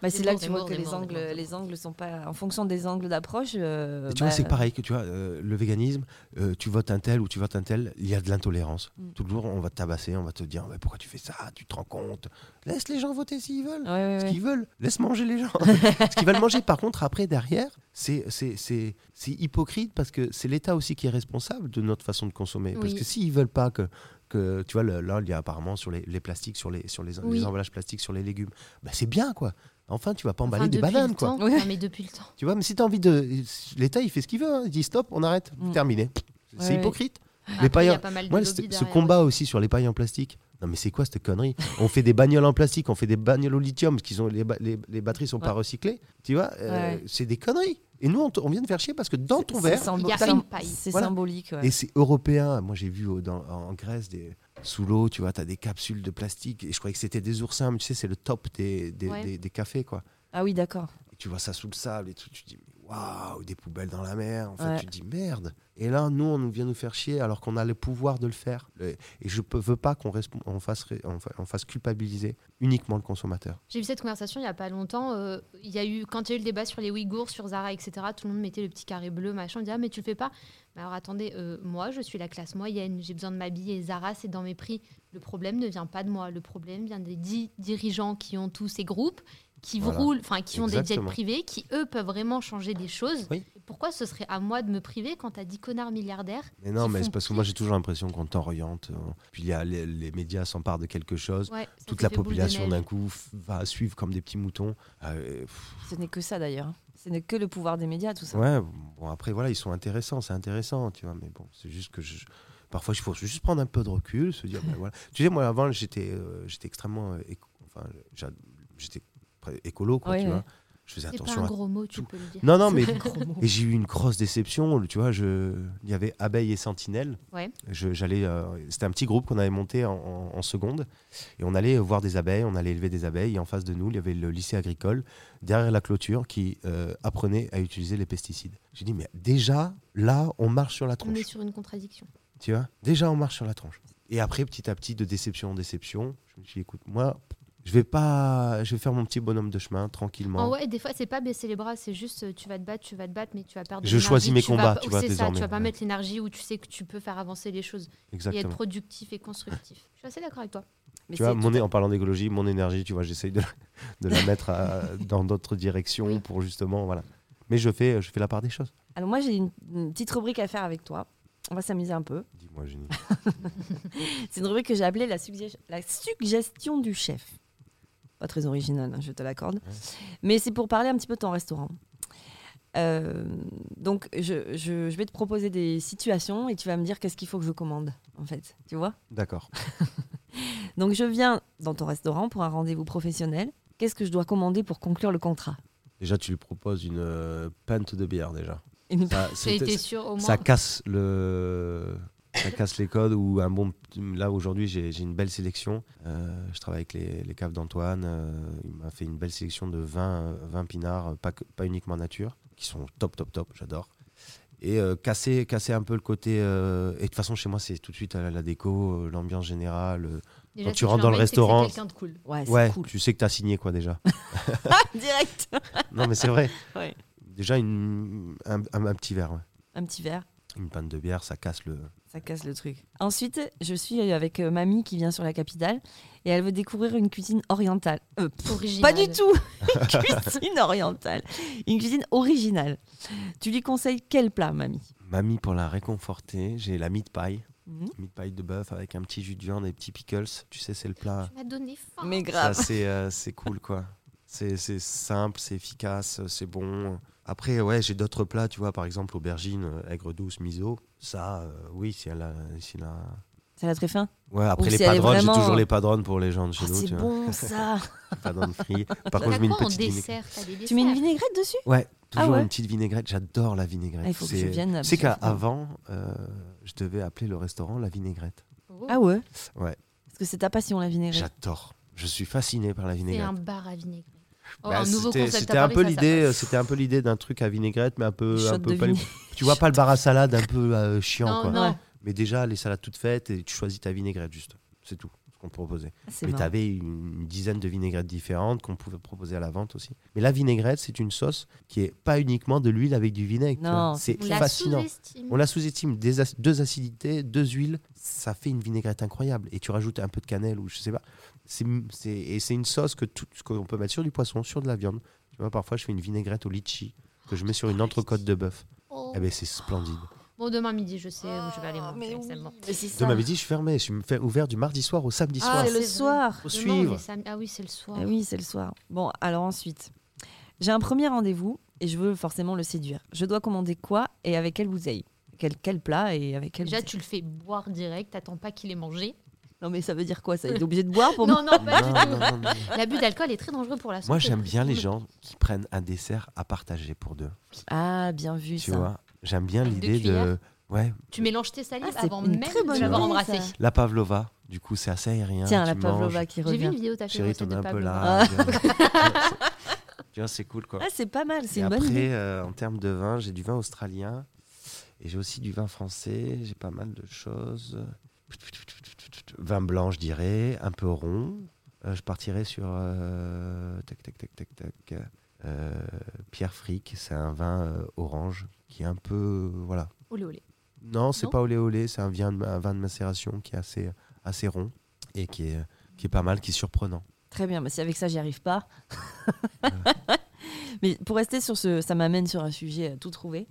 Speaker 1: Bah,
Speaker 2: Des
Speaker 1: c'est là que tu
Speaker 2: morts, des
Speaker 1: vois
Speaker 2: morts,
Speaker 1: que
Speaker 2: des
Speaker 1: les
Speaker 2: morts, des
Speaker 1: angles,
Speaker 2: morts, des
Speaker 1: les
Speaker 2: morts.
Speaker 1: angles sont pas. En fonction des angles d'approche. euh,
Speaker 5: Et tu vois,
Speaker 1: bah,
Speaker 5: c'est pareil que tu vois, euh, le véganisme, euh, tu votes un tel ou tu votes un tel, il y a de l'intolérance.
Speaker 1: Mm.
Speaker 5: Tout le jour, on va te tabasser, on va te dire, mais pourquoi tu fais ça Tu te rends compte Laisse les gens voter s'ils veulent.
Speaker 1: Ouais, ouais,
Speaker 5: ce
Speaker 1: ouais.
Speaker 5: qu'ils veulent. Laisse manger les gens. ce qu'ils veulent manger, par contre, après, derrière, c'est c'est- c'est- c'est hypocrite parce que c'est l'État aussi qui est responsable de notre façon de consommer. Parce
Speaker 2: Oui.
Speaker 5: que s'ils veulent pas que, que tu vois, le- là, il y a apparemment sur les, les plastiques, sur les, sur les, les
Speaker 2: Oui.
Speaker 5: emballages plastiques, sur les légumes, bah, c'est bien, quoi. Enfin, tu vas pas emballer
Speaker 2: Enfin,
Speaker 5: bah, des
Speaker 2: depuis le
Speaker 5: bananes, quoi.
Speaker 2: temps.
Speaker 1: Oui.
Speaker 2: Non, mais depuis le temps.
Speaker 5: Tu vois, mais si tu as envie de. L'État, il fait ce qu'il veut. hein. Il dit stop, on arrête.
Speaker 1: Mm.
Speaker 5: Terminé.
Speaker 1: Ouais,
Speaker 5: C'est
Speaker 1: ouais.
Speaker 5: hypocrite.
Speaker 2: Après, il y
Speaker 5: paillards-
Speaker 2: a pas mal de
Speaker 5: Moi,
Speaker 2: lobbies
Speaker 5: ce, ce
Speaker 2: derrière hein.
Speaker 5: combat aussi sur les pailles en plastique. Non, mais c'est quoi cette connerie On fait des bagnoles en plastique, on fait des bagnoles au lithium, parce qu'ils ont les, ba- les, les batteries sont pas
Speaker 1: Ouais.
Speaker 5: recyclées. Tu vois, euh,
Speaker 1: Ouais.
Speaker 5: c'est des conneries. Et nous, on, te- on vient de faire chier parce que dans ton
Speaker 1: C'est
Speaker 5: verre,
Speaker 1: symbo-
Speaker 2: Il y a
Speaker 1: sym-
Speaker 2: une paille.
Speaker 1: C'est
Speaker 5: Voilà.
Speaker 1: symbolique. ouais.
Speaker 5: et c'est européen. Moi, j'ai vu au- dans- en en Grèce, des, sous l'eau, tu vois, tu as des capsules de plastique. Et je croyais que c'était des oursins, mais tu sais, c'est le top des, des,
Speaker 2: Ouais.
Speaker 5: des- des cafés, quoi.
Speaker 1: Ah oui, d'accord.
Speaker 5: Et tu vois ça sous le sable et tout. Tu te dis, mais waouh, des poubelles dans la mer. En fait,
Speaker 1: Ouais.
Speaker 5: tu te dis, merde. Et là, nous, on nous vient nous faire chier alors qu'on a le pouvoir de le faire. Le- Et je ne veux pas qu'on respon- on fasse, ré- on fa- on fasse culpabiliser uniquement le consommateur.
Speaker 2: J'ai vu cette conversation il y a pas longtemps. euh, Il y a eu quand il y a eu le débat sur les Ouïghours, sur Zara, etc. Tout le monde mettait le petit carré bleu, machin. On disait ah mais tu le fais pas. Mais alors attendez, euh, moi je suis la classe moyenne, j'ai besoin de m'habiller, Zara c'est dans mes prix. Le problème ne vient pas de moi, le problème vient des dix dirigeants qui ont tous ces groupes, qui
Speaker 5: Voilà.
Speaker 2: roulent, enfin qui ont des jets
Speaker 5: Exactement.
Speaker 2: privés, qui eux peuvent vraiment changer des choses.
Speaker 5: Oui.
Speaker 2: Et Pourquoi ce serait à moi de me priver quand t'as dix connards milliardaires
Speaker 5: Mais non,
Speaker 2: qui
Speaker 5: mais
Speaker 2: font
Speaker 5: c'est parce que moi j'ai toujours l'impression qu'on t'oriente. euh, Puis il y a les, les médias s'emparent de quelque chose.
Speaker 2: Ouais, ça,
Speaker 5: Toute
Speaker 2: ça
Speaker 5: la
Speaker 2: fait boule de
Speaker 5: population
Speaker 2: neige.
Speaker 5: d'un coup f- va suivre comme des petits moutons. Euh, pff,
Speaker 1: Ce n'est que ça d'ailleurs. Ce n'est que le pouvoir des médias, tout ça.
Speaker 5: ouais, bon après voilà, ils sont intéressants, c'est intéressant, tu vois. Mais bon, c'est juste que je- parfois il faut juste prendre un peu de recul, se dire ben voilà. Tu sais, moi avant j'étais, euh, j'étais extrêmement, euh, éco- enfin j'a- j'étais pré- écolo quoi,
Speaker 1: Ouais,
Speaker 5: tu
Speaker 1: ouais.
Speaker 5: vois. Je faisais
Speaker 2: C'est pas un
Speaker 5: attention à
Speaker 2: gros mot, tu
Speaker 5: tout.
Speaker 2: peux le dire.
Speaker 5: Non, non, mais-
Speaker 2: Gros mot.
Speaker 5: Et j'ai eu une grosse déception. Tu vois, je... il y avait Abeille et Sentinelle.
Speaker 2: Ouais.
Speaker 5: Je- j'allais, euh, c'était un petit groupe qu'on avait monté en, en- en seconde. Et on allait voir des abeilles, on allait élever des abeilles. Et en face de nous, il y avait le lycée agricole, derrière la clôture, qui euh, apprenait à utiliser les pesticides. J'ai dit, mais déjà, là, on marche sur la
Speaker 2: On
Speaker 5: tronche.
Speaker 2: est sur une contradiction.
Speaker 5: Tu vois Déjà, on marche sur la tronche. Et après, petit à petit, de déception en déception, je me suis dit, écoute, moi, je vais pas. Je vais faire mon petit bonhomme de chemin, tranquillement.
Speaker 2: Ah ouais, des fois, c'est pas baisser les bras, c'est juste euh, tu vas te battre, tu vas te battre, mais tu vas perdre. de
Speaker 5: Je
Speaker 2: l'énergie,
Speaker 5: choisis mes
Speaker 2: tu vas
Speaker 5: combats,
Speaker 2: pas-
Speaker 5: tu vois,
Speaker 2: C'est ça, tu
Speaker 5: désormais,
Speaker 2: vas pas
Speaker 5: ouais.
Speaker 2: mettre l'énergie où tu sais que tu peux faire avancer les choses et être
Speaker 5: Exactement.
Speaker 2: productif et constructif. Je suis assez d'accord avec toi.
Speaker 1: Mais
Speaker 5: tu vois,
Speaker 1: c'est
Speaker 5: mon,
Speaker 1: tout-
Speaker 5: é- en parlant d'écologie, mon énergie, tu vois, j'essaye de, la- de la mettre à- dans d'autres directions pour justement, voilà. Mais je fais, je fais la part des choses.
Speaker 1: Alors moi, j'ai une, une petite rubrique à faire avec toi. On va s'amuser un peu.
Speaker 5: Dis-moi, Génie.
Speaker 1: C'est une rubrique que j'ai appelée la, sugge- la suggestion du chef. Pas très original, hein, je te l'accorde. Mais c'est pour parler un petit peu de ton restaurant. Euh, donc, je, je- je vais te proposer des situations et tu vas me dire qu'est-ce qu'il faut que je commande, en fait. Tu vois
Speaker 5: D'accord.
Speaker 1: Donc, je viens dans ton restaurant pour un rendez-vous professionnel. Qu'est-ce que je dois commander pour conclure le contrat
Speaker 5: Déjà, tu lui proposes une euh, pinte de bière, déjà.
Speaker 1: Une
Speaker 5: Ça,
Speaker 2: Tu
Speaker 5: c'était-
Speaker 2: été sûr au moins.
Speaker 5: ça casse le... Ça casse les codes ou un bon. Là aujourd'hui, j'ai j'ai une belle sélection. Euh, je travaille avec les, les caves d'Antoine. Euh, il m'a fait une belle sélection de 20, 20 pinards, euh, pas, que- pas uniquement nature, qui sont top, top, top. J'adore. Et euh, casser, casser un peu le côté. euh, et de toute façon, chez moi, c'est tout de suite euh, la, déco, euh, l'ambiance générale. euh.
Speaker 2: Déjà,
Speaker 5: quand tu
Speaker 2: ce que
Speaker 5: rentres dans le
Speaker 2: remarques, c'est que c'est
Speaker 5: restaurant-
Speaker 2: quelqu'un de cool.
Speaker 1: Ouais, Ah, c'est
Speaker 5: Ouais,
Speaker 1: cool.
Speaker 5: tu sais que t'as signé quoi déjà.
Speaker 1: Direct
Speaker 5: non, mais c'est vrai.
Speaker 1: Ouais.
Speaker 5: Déjà, une, un, un- un petit verre. ouais.
Speaker 1: Un petit verre,
Speaker 5: Une panne de bière, ça casse le.
Speaker 1: ça casse le truc. Ensuite, je suis avec euh, mamie qui vient sur la capitale et elle veut découvrir une cuisine orientale. Euh, pff,
Speaker 2: Original.
Speaker 1: Pas du tout Une cuisine orientale. Une cuisine originale. Tu lui conseilles quel plat, mamie
Speaker 5: Mamie, pour la réconforter, j'ai la meat pie.
Speaker 1: Mhm.
Speaker 5: Meat pie de bœuf avec un petit jus de viande et des petits pickles. Tu sais, c'est le plat.
Speaker 2: Tu m'as donné faim.
Speaker 1: Mais
Speaker 5: Ça,
Speaker 1: grave.
Speaker 5: c'est euh, c'est cool, quoi. C'est c'est simple, c'est efficace, c'est bon. Après, ouais, j'ai d'autres plats, tu vois, par exemple, aubergine, euh, aigre douce, miso. Ça, euh, oui, si elle a. si elle a-
Speaker 1: Ça l'a très faim
Speaker 5: Ouais, après
Speaker 1: Ou
Speaker 5: les
Speaker 1: si elle est
Speaker 5: padrones,
Speaker 1: vraiment-
Speaker 5: j'ai toujours les padrones pour les gens de chez
Speaker 1: Oh,
Speaker 5: nous,
Speaker 1: C'est
Speaker 5: tu vois.
Speaker 1: bon ça
Speaker 5: Padrones frites.
Speaker 2: T'as
Speaker 5: Par contre, je mets une
Speaker 2: quoi en
Speaker 5: petite vinaigrette.
Speaker 2: dessert T'as des desserts
Speaker 1: Tu mets une vinaigrette dessus
Speaker 5: Ouais,
Speaker 1: Ah
Speaker 5: toujours
Speaker 1: ouais.
Speaker 5: une petite vinaigrette. J'adore la vinaigrette.
Speaker 1: Ah, il faut que je
Speaker 5: C'est-
Speaker 1: vienne,
Speaker 5: Tu sais
Speaker 1: absolument.
Speaker 5: qu'avant, euh, je devais appeler le restaurant la vinaigrette.
Speaker 2: Oh,
Speaker 1: Ah ouais
Speaker 5: Ouais.
Speaker 1: Parce que c'est ta passion la vinaigrette.
Speaker 5: J'adore. Je suis fasciné par la
Speaker 2: C'est un
Speaker 5: vinaigrette.
Speaker 2: bar à vinaigrette. Oh,
Speaker 5: Bah,
Speaker 2: un nouveau
Speaker 5: c'était-
Speaker 2: concept à
Speaker 5: C'était un
Speaker 2: Paris,
Speaker 5: peu
Speaker 2: ça, ça
Speaker 5: l'idée,
Speaker 2: passe.
Speaker 5: euh, c'était un peu l'idée d'un truc à vinaigrette, mais un
Speaker 1: Une
Speaker 5: peu,
Speaker 1: shot
Speaker 5: un peu
Speaker 1: de
Speaker 5: pas-
Speaker 1: vinaigre.
Speaker 5: Tu vois pas le bar à salade un peu euh, chiant
Speaker 2: Non,
Speaker 5: quoi.
Speaker 2: non.
Speaker 5: Mais déjà les salades toutes faites et tu choisis ta vinaigrette juste. C'est tout ce qu'on te proposait.
Speaker 1: Ah, c'est
Speaker 5: Mais
Speaker 1: marrant.
Speaker 5: t'avais une dizaine de vinaigrettes différentes qu'on pouvait proposer à la vente aussi. Mais la vinaigrette, c'est une sauce qui est pas uniquement de l'huile avec du vinaigre. tu
Speaker 1: Non,
Speaker 5: vois. C'est
Speaker 2: On la
Speaker 5: fascinant.
Speaker 2: sous-estime.
Speaker 5: On la sous-estime. Des ac- deux acidités, deux huiles, ça fait une vinaigrette incroyable. Et tu rajoutes un peu de cannelle ou je sais pas. C'est, c'est- et c'est une sauce que tout, qu'on peut mettre sur du poisson, sur de la viande. Tu vois, parfois, je fais une vinaigrette au litchi que je mets sur une entrecôte de bœuf.
Speaker 2: Oh.
Speaker 5: Eh ben, c'est splendide.
Speaker 2: Bon, demain midi, je sais où je vais aller
Speaker 1: Ah,
Speaker 2: manger.
Speaker 1: mais oui.
Speaker 2: c'est bon.
Speaker 1: Mais c'est ça.
Speaker 5: Demain midi, je suis fermé. Je suis fait ouvert du mardi soir au samedi
Speaker 1: Ah, c'est
Speaker 5: soir.
Speaker 1: le
Speaker 2: C'est vrai.
Speaker 1: soir
Speaker 5: Faut
Speaker 2: Demain, on est
Speaker 5: suivre.
Speaker 2: samedi. Ah oui, c'est le soir.
Speaker 1: Eh Oui, c'est le soir. Bon, alors ensuite, j'ai un premier rendez-vous et je veux forcément le séduire. Je dois commander quoi et avec quelle bouteille quel, quel plat et avec quelle
Speaker 2: Déjà,
Speaker 1: bouteille
Speaker 2: tu le fais boire direct, t'attends pas qu'il ait mangé.
Speaker 1: Non, mais ça veut dire quoi ça Il est obligé de boire pour
Speaker 2: Non, non, pas du
Speaker 5: Non,
Speaker 2: tout.
Speaker 5: non, non, non.
Speaker 2: L'abus d'alcool est très dangereux pour la santé.
Speaker 5: Moi, j'aime bien les gens qui prennent un dessert à partager pour deux.
Speaker 1: Ah, bien vu
Speaker 5: Tu
Speaker 1: ça.
Speaker 5: vois, j'aime bien
Speaker 2: Avec deux
Speaker 5: l'idée de.
Speaker 2: cuillères.
Speaker 5: Ouais,
Speaker 2: Tu mélanges tes salives
Speaker 1: Ah, c'est
Speaker 2: avant
Speaker 1: une
Speaker 2: même
Speaker 1: très bonne
Speaker 2: de l'avoir
Speaker 1: idée,
Speaker 2: embrassé.
Speaker 1: ça.
Speaker 5: la pavlova. Du coup, c'est assez aérien.
Speaker 1: Tiens,
Speaker 5: tu
Speaker 1: la
Speaker 5: manges.
Speaker 1: Pavlova qui
Speaker 2: J'ai vu une
Speaker 1: revient.
Speaker 2: vidéo, t'as fait une
Speaker 5: Chérie,
Speaker 2: recette de
Speaker 5: t'en as un peu
Speaker 2: Pablo.
Speaker 5: là. viens. Tu vois, c'est cool quoi.
Speaker 1: Ah, c'est pas mal, c'est
Speaker 5: Et
Speaker 1: une bonne
Speaker 5: après,
Speaker 1: idée.
Speaker 5: euh, en termes de vin, j'ai du vin australien et j'ai aussi du vin français. J'ai pas mal de choses. Vin blanc, je dirais, un peu rond. Euh, je partirais sur euh, tac tac tac tac tac. euh, Pierre Frick, c'est un vin euh, orange qui est un peu euh, voilà
Speaker 2: Olé, olé.
Speaker 5: Non, c'est
Speaker 2: Non
Speaker 5: pas olé olé, c'est un vin, un vin de macération qui est assez, assez rond et qui est, qui est pas mal, qui est surprenant.
Speaker 1: Très bien, mais si avec ça j'y arrive pas.
Speaker 5: Ah.
Speaker 1: mais pour rester sur ce, ça m'amène sur un sujet euh, tout trouvé.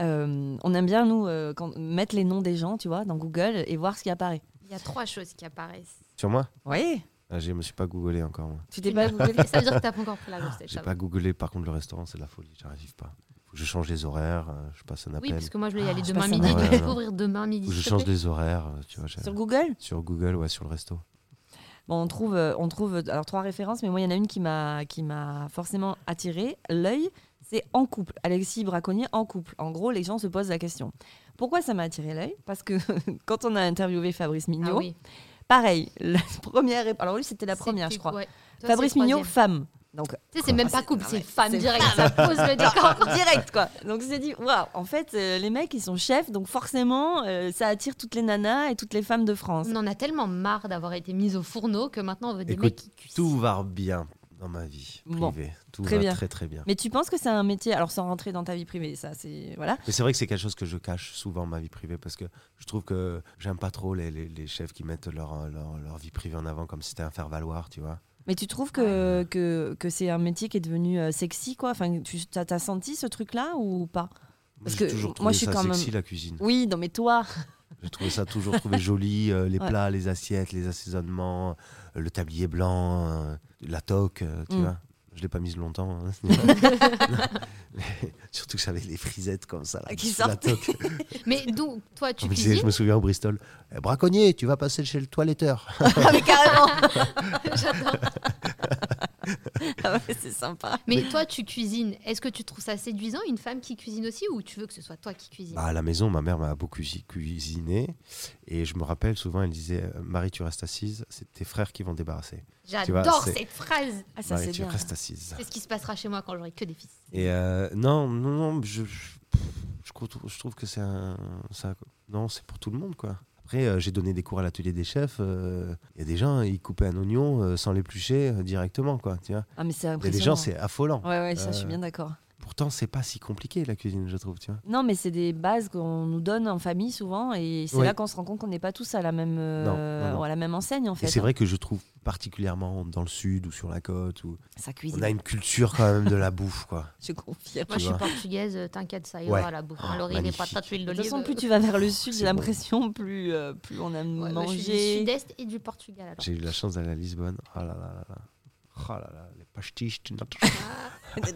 Speaker 1: Euh, on aime bien nous euh, quand- mettre les noms des gens, tu vois, dans Google et voir ce qui apparaît.
Speaker 2: Il y a trois choses qui apparaissent.
Speaker 5: Sur moi
Speaker 1: Oui.
Speaker 5: Ah, Je me suis pas googlé encore. moi.
Speaker 1: Tu t'es pas Google.
Speaker 2: Ça veut dire que t'as pas encore pris la grosse tête.
Speaker 5: J'ai
Speaker 2: ça
Speaker 5: pas googlé, par contre, le restaurant, c'est de la folie, j'arrive pas. Faut que je change les horaires, euh, je passe un
Speaker 2: va. Oui,
Speaker 5: appel.
Speaker 2: parce que moi je voulais y aller
Speaker 1: Ah, je
Speaker 2: demain
Speaker 1: passe
Speaker 2: midi,
Speaker 5: un
Speaker 2: donc
Speaker 5: appel.
Speaker 2: je peux ouvrir demain midi.
Speaker 5: Ou je
Speaker 2: s'il te
Speaker 5: change
Speaker 2: plaît.
Speaker 5: les horaires, euh, tu vois. j'ai-
Speaker 1: Sur Google
Speaker 5: Sur Google, ouais, sur le resto.
Speaker 1: Bon, on trouve, euh, on trouve euh, alors trois références, mais moi il y en a une qui m'a qui m'a forcément attiré l'œil. C'est en couple. Alexis Braconnier en couple. En gros, les gens se posent la question. Pourquoi ça m'a attiré l'œil Parce que quand on a interviewé Fabrice Mignot,
Speaker 2: Ah oui.
Speaker 1: pareil, la première. ré- Alors lui, c'était la première,
Speaker 2: C'était-
Speaker 1: je crois.
Speaker 2: ouais. Toi,
Speaker 1: Fabrice
Speaker 2: c'est le
Speaker 1: Mignot,
Speaker 2: troisième.
Speaker 1: femme. Donc
Speaker 2: Tu sais, c'est même
Speaker 1: Ah,
Speaker 2: pas
Speaker 1: c'est-
Speaker 2: couple,
Speaker 1: ah
Speaker 2: c'est
Speaker 1: ouais,
Speaker 2: femme
Speaker 1: c'est
Speaker 2: direct. Ça pose le décor.
Speaker 1: direct quoi. Donc j'ai dit waouh, en fait euh, les mecs ils sont chefs, donc forcément euh, ça attire toutes les nanas et toutes les femmes de France.
Speaker 2: On en a tellement marre d'avoir été mise au fourneau que maintenant on veut des
Speaker 5: Écoute,
Speaker 2: mecs qui cuisent.
Speaker 5: Tout va bien dans ma vie
Speaker 1: Bon,
Speaker 5: privée. Tout
Speaker 1: très
Speaker 5: va
Speaker 1: bien.
Speaker 5: très très bien.
Speaker 1: Mais tu penses que c'est un métier alors sans rentrer dans ta vie privée, ça c'est voilà.
Speaker 5: Mais c'est vrai que c'est quelque chose que je cache souvent ma vie privée parce que je trouve que j'aime pas trop les, les- les chefs qui mettent leur, leur, leur vie privée en avant comme si c'était un faire-valoir, tu vois.
Speaker 1: Mais tu trouves que que, que c'est un métier qui est devenu euh, sexy quoi Enfin tu t'as t'as senti ce truc là ou pas Parce
Speaker 5: J'ai
Speaker 1: que
Speaker 5: toujours trouvé
Speaker 1: moi, je suis
Speaker 5: ça
Speaker 1: quand
Speaker 5: sexy
Speaker 1: même-
Speaker 5: la cuisine.
Speaker 1: Oui, non mais toi.
Speaker 5: J'ai trouvé ça toujours trouvé joli, euh, les
Speaker 1: Ouais.
Speaker 5: plats, les assiettes, les assaisonnements, euh, le tablier blanc, euh, la toque, euh, tu
Speaker 1: Mm.
Speaker 5: vois. Je l'ai pas mise longtemps. hein. Les- Surtout que j'avais les frisettes comme ça. Là,
Speaker 1: Qui
Speaker 5: sous la
Speaker 1: sortaient.
Speaker 5: toque.
Speaker 2: Mais donc, toi, tu
Speaker 5: On me disait,
Speaker 2: cuisines
Speaker 5: je me souviens au Bristol, Eh, braconnier, tu vas passer chez le toiletteur.
Speaker 1: Ah, mais carrément.
Speaker 2: J'adore.
Speaker 1: Ah ouais, c'est sympa.
Speaker 2: Mais toi, tu cuisines. Est-ce que tu trouves ça séduisant, une femme qui cuisine aussi, ou tu veux que ce soit toi qui cuisines
Speaker 5: Bah, à la maison, ma mère m'a beaucoup cuisi- cuisiné. Et je me rappelle souvent, elle disait Marie, tu restes assise, c'est tes frères qui vont débarrasser. vois,
Speaker 2: J'adore
Speaker 5: c'est- Bah.
Speaker 2: cette phrase.
Speaker 1: Ah ça
Speaker 5: Marie,
Speaker 1: c'est
Speaker 5: tu
Speaker 1: bien.
Speaker 5: restes assise.
Speaker 2: C'est ce qui se passera chez moi quand j'aurai que des fils.
Speaker 5: Et euh, non, non, non, je, je, je trouve- je trouve que c'est un. ça- non, c'est pour tout le monde, quoi. Après, euh, j'ai donné des cours à l'atelier des chefs. euh, Il y a des gens, ils coupaient un oignon euh, sans l'éplucher euh, directement, quoi. Tu vois
Speaker 1: Ah mais c'est
Speaker 5: Il y a
Speaker 1: impressionnant.
Speaker 5: des gens, c'est affolant.
Speaker 1: Ouais ouais, ça je suis
Speaker 5: Euh,
Speaker 1: bien d'accord.
Speaker 5: Pourtant, c'est pas si compliqué, la cuisine, je trouve, tu vois.
Speaker 1: Non, mais c'est des bases qu'on nous donne en famille souvent, et c'est
Speaker 5: Oui.
Speaker 1: là qu'on se rend compte qu'on n'est pas tous à la même, euh,
Speaker 5: Non, non, non.
Speaker 1: à la même enseigne en fait.
Speaker 5: Et c'est
Speaker 1: hein.
Speaker 5: vrai que je trouve particulièrement dans le sud ou sur la côte, où
Speaker 1: Ça
Speaker 5: on
Speaker 1: cuisine.
Speaker 5: a une culture quand même de la bouffe, quoi.
Speaker 1: Je confirme.
Speaker 2: Moi, je suis
Speaker 5: vois.
Speaker 2: portugaise, euh, t'inquiète, ça ira
Speaker 5: Ouais.
Speaker 2: à la bouffe.
Speaker 5: Oh,
Speaker 2: Alors, il est
Speaker 5: magnifique.
Speaker 2: pas d'huile
Speaker 1: De
Speaker 2: d'olive.
Speaker 1: toute façon, plus tu vas vers le sud,
Speaker 5: C'est
Speaker 1: j'ai
Speaker 5: bon.
Speaker 1: l'impression plus, euh, plus on aime
Speaker 2: Ouais, moi, je suis du
Speaker 1: manger.
Speaker 2: sud-est et du Portugal. alors.
Speaker 5: J'ai eu la chance d'aller à Lisbonne. Oh là là là là. Oh là là, les pastiches de notre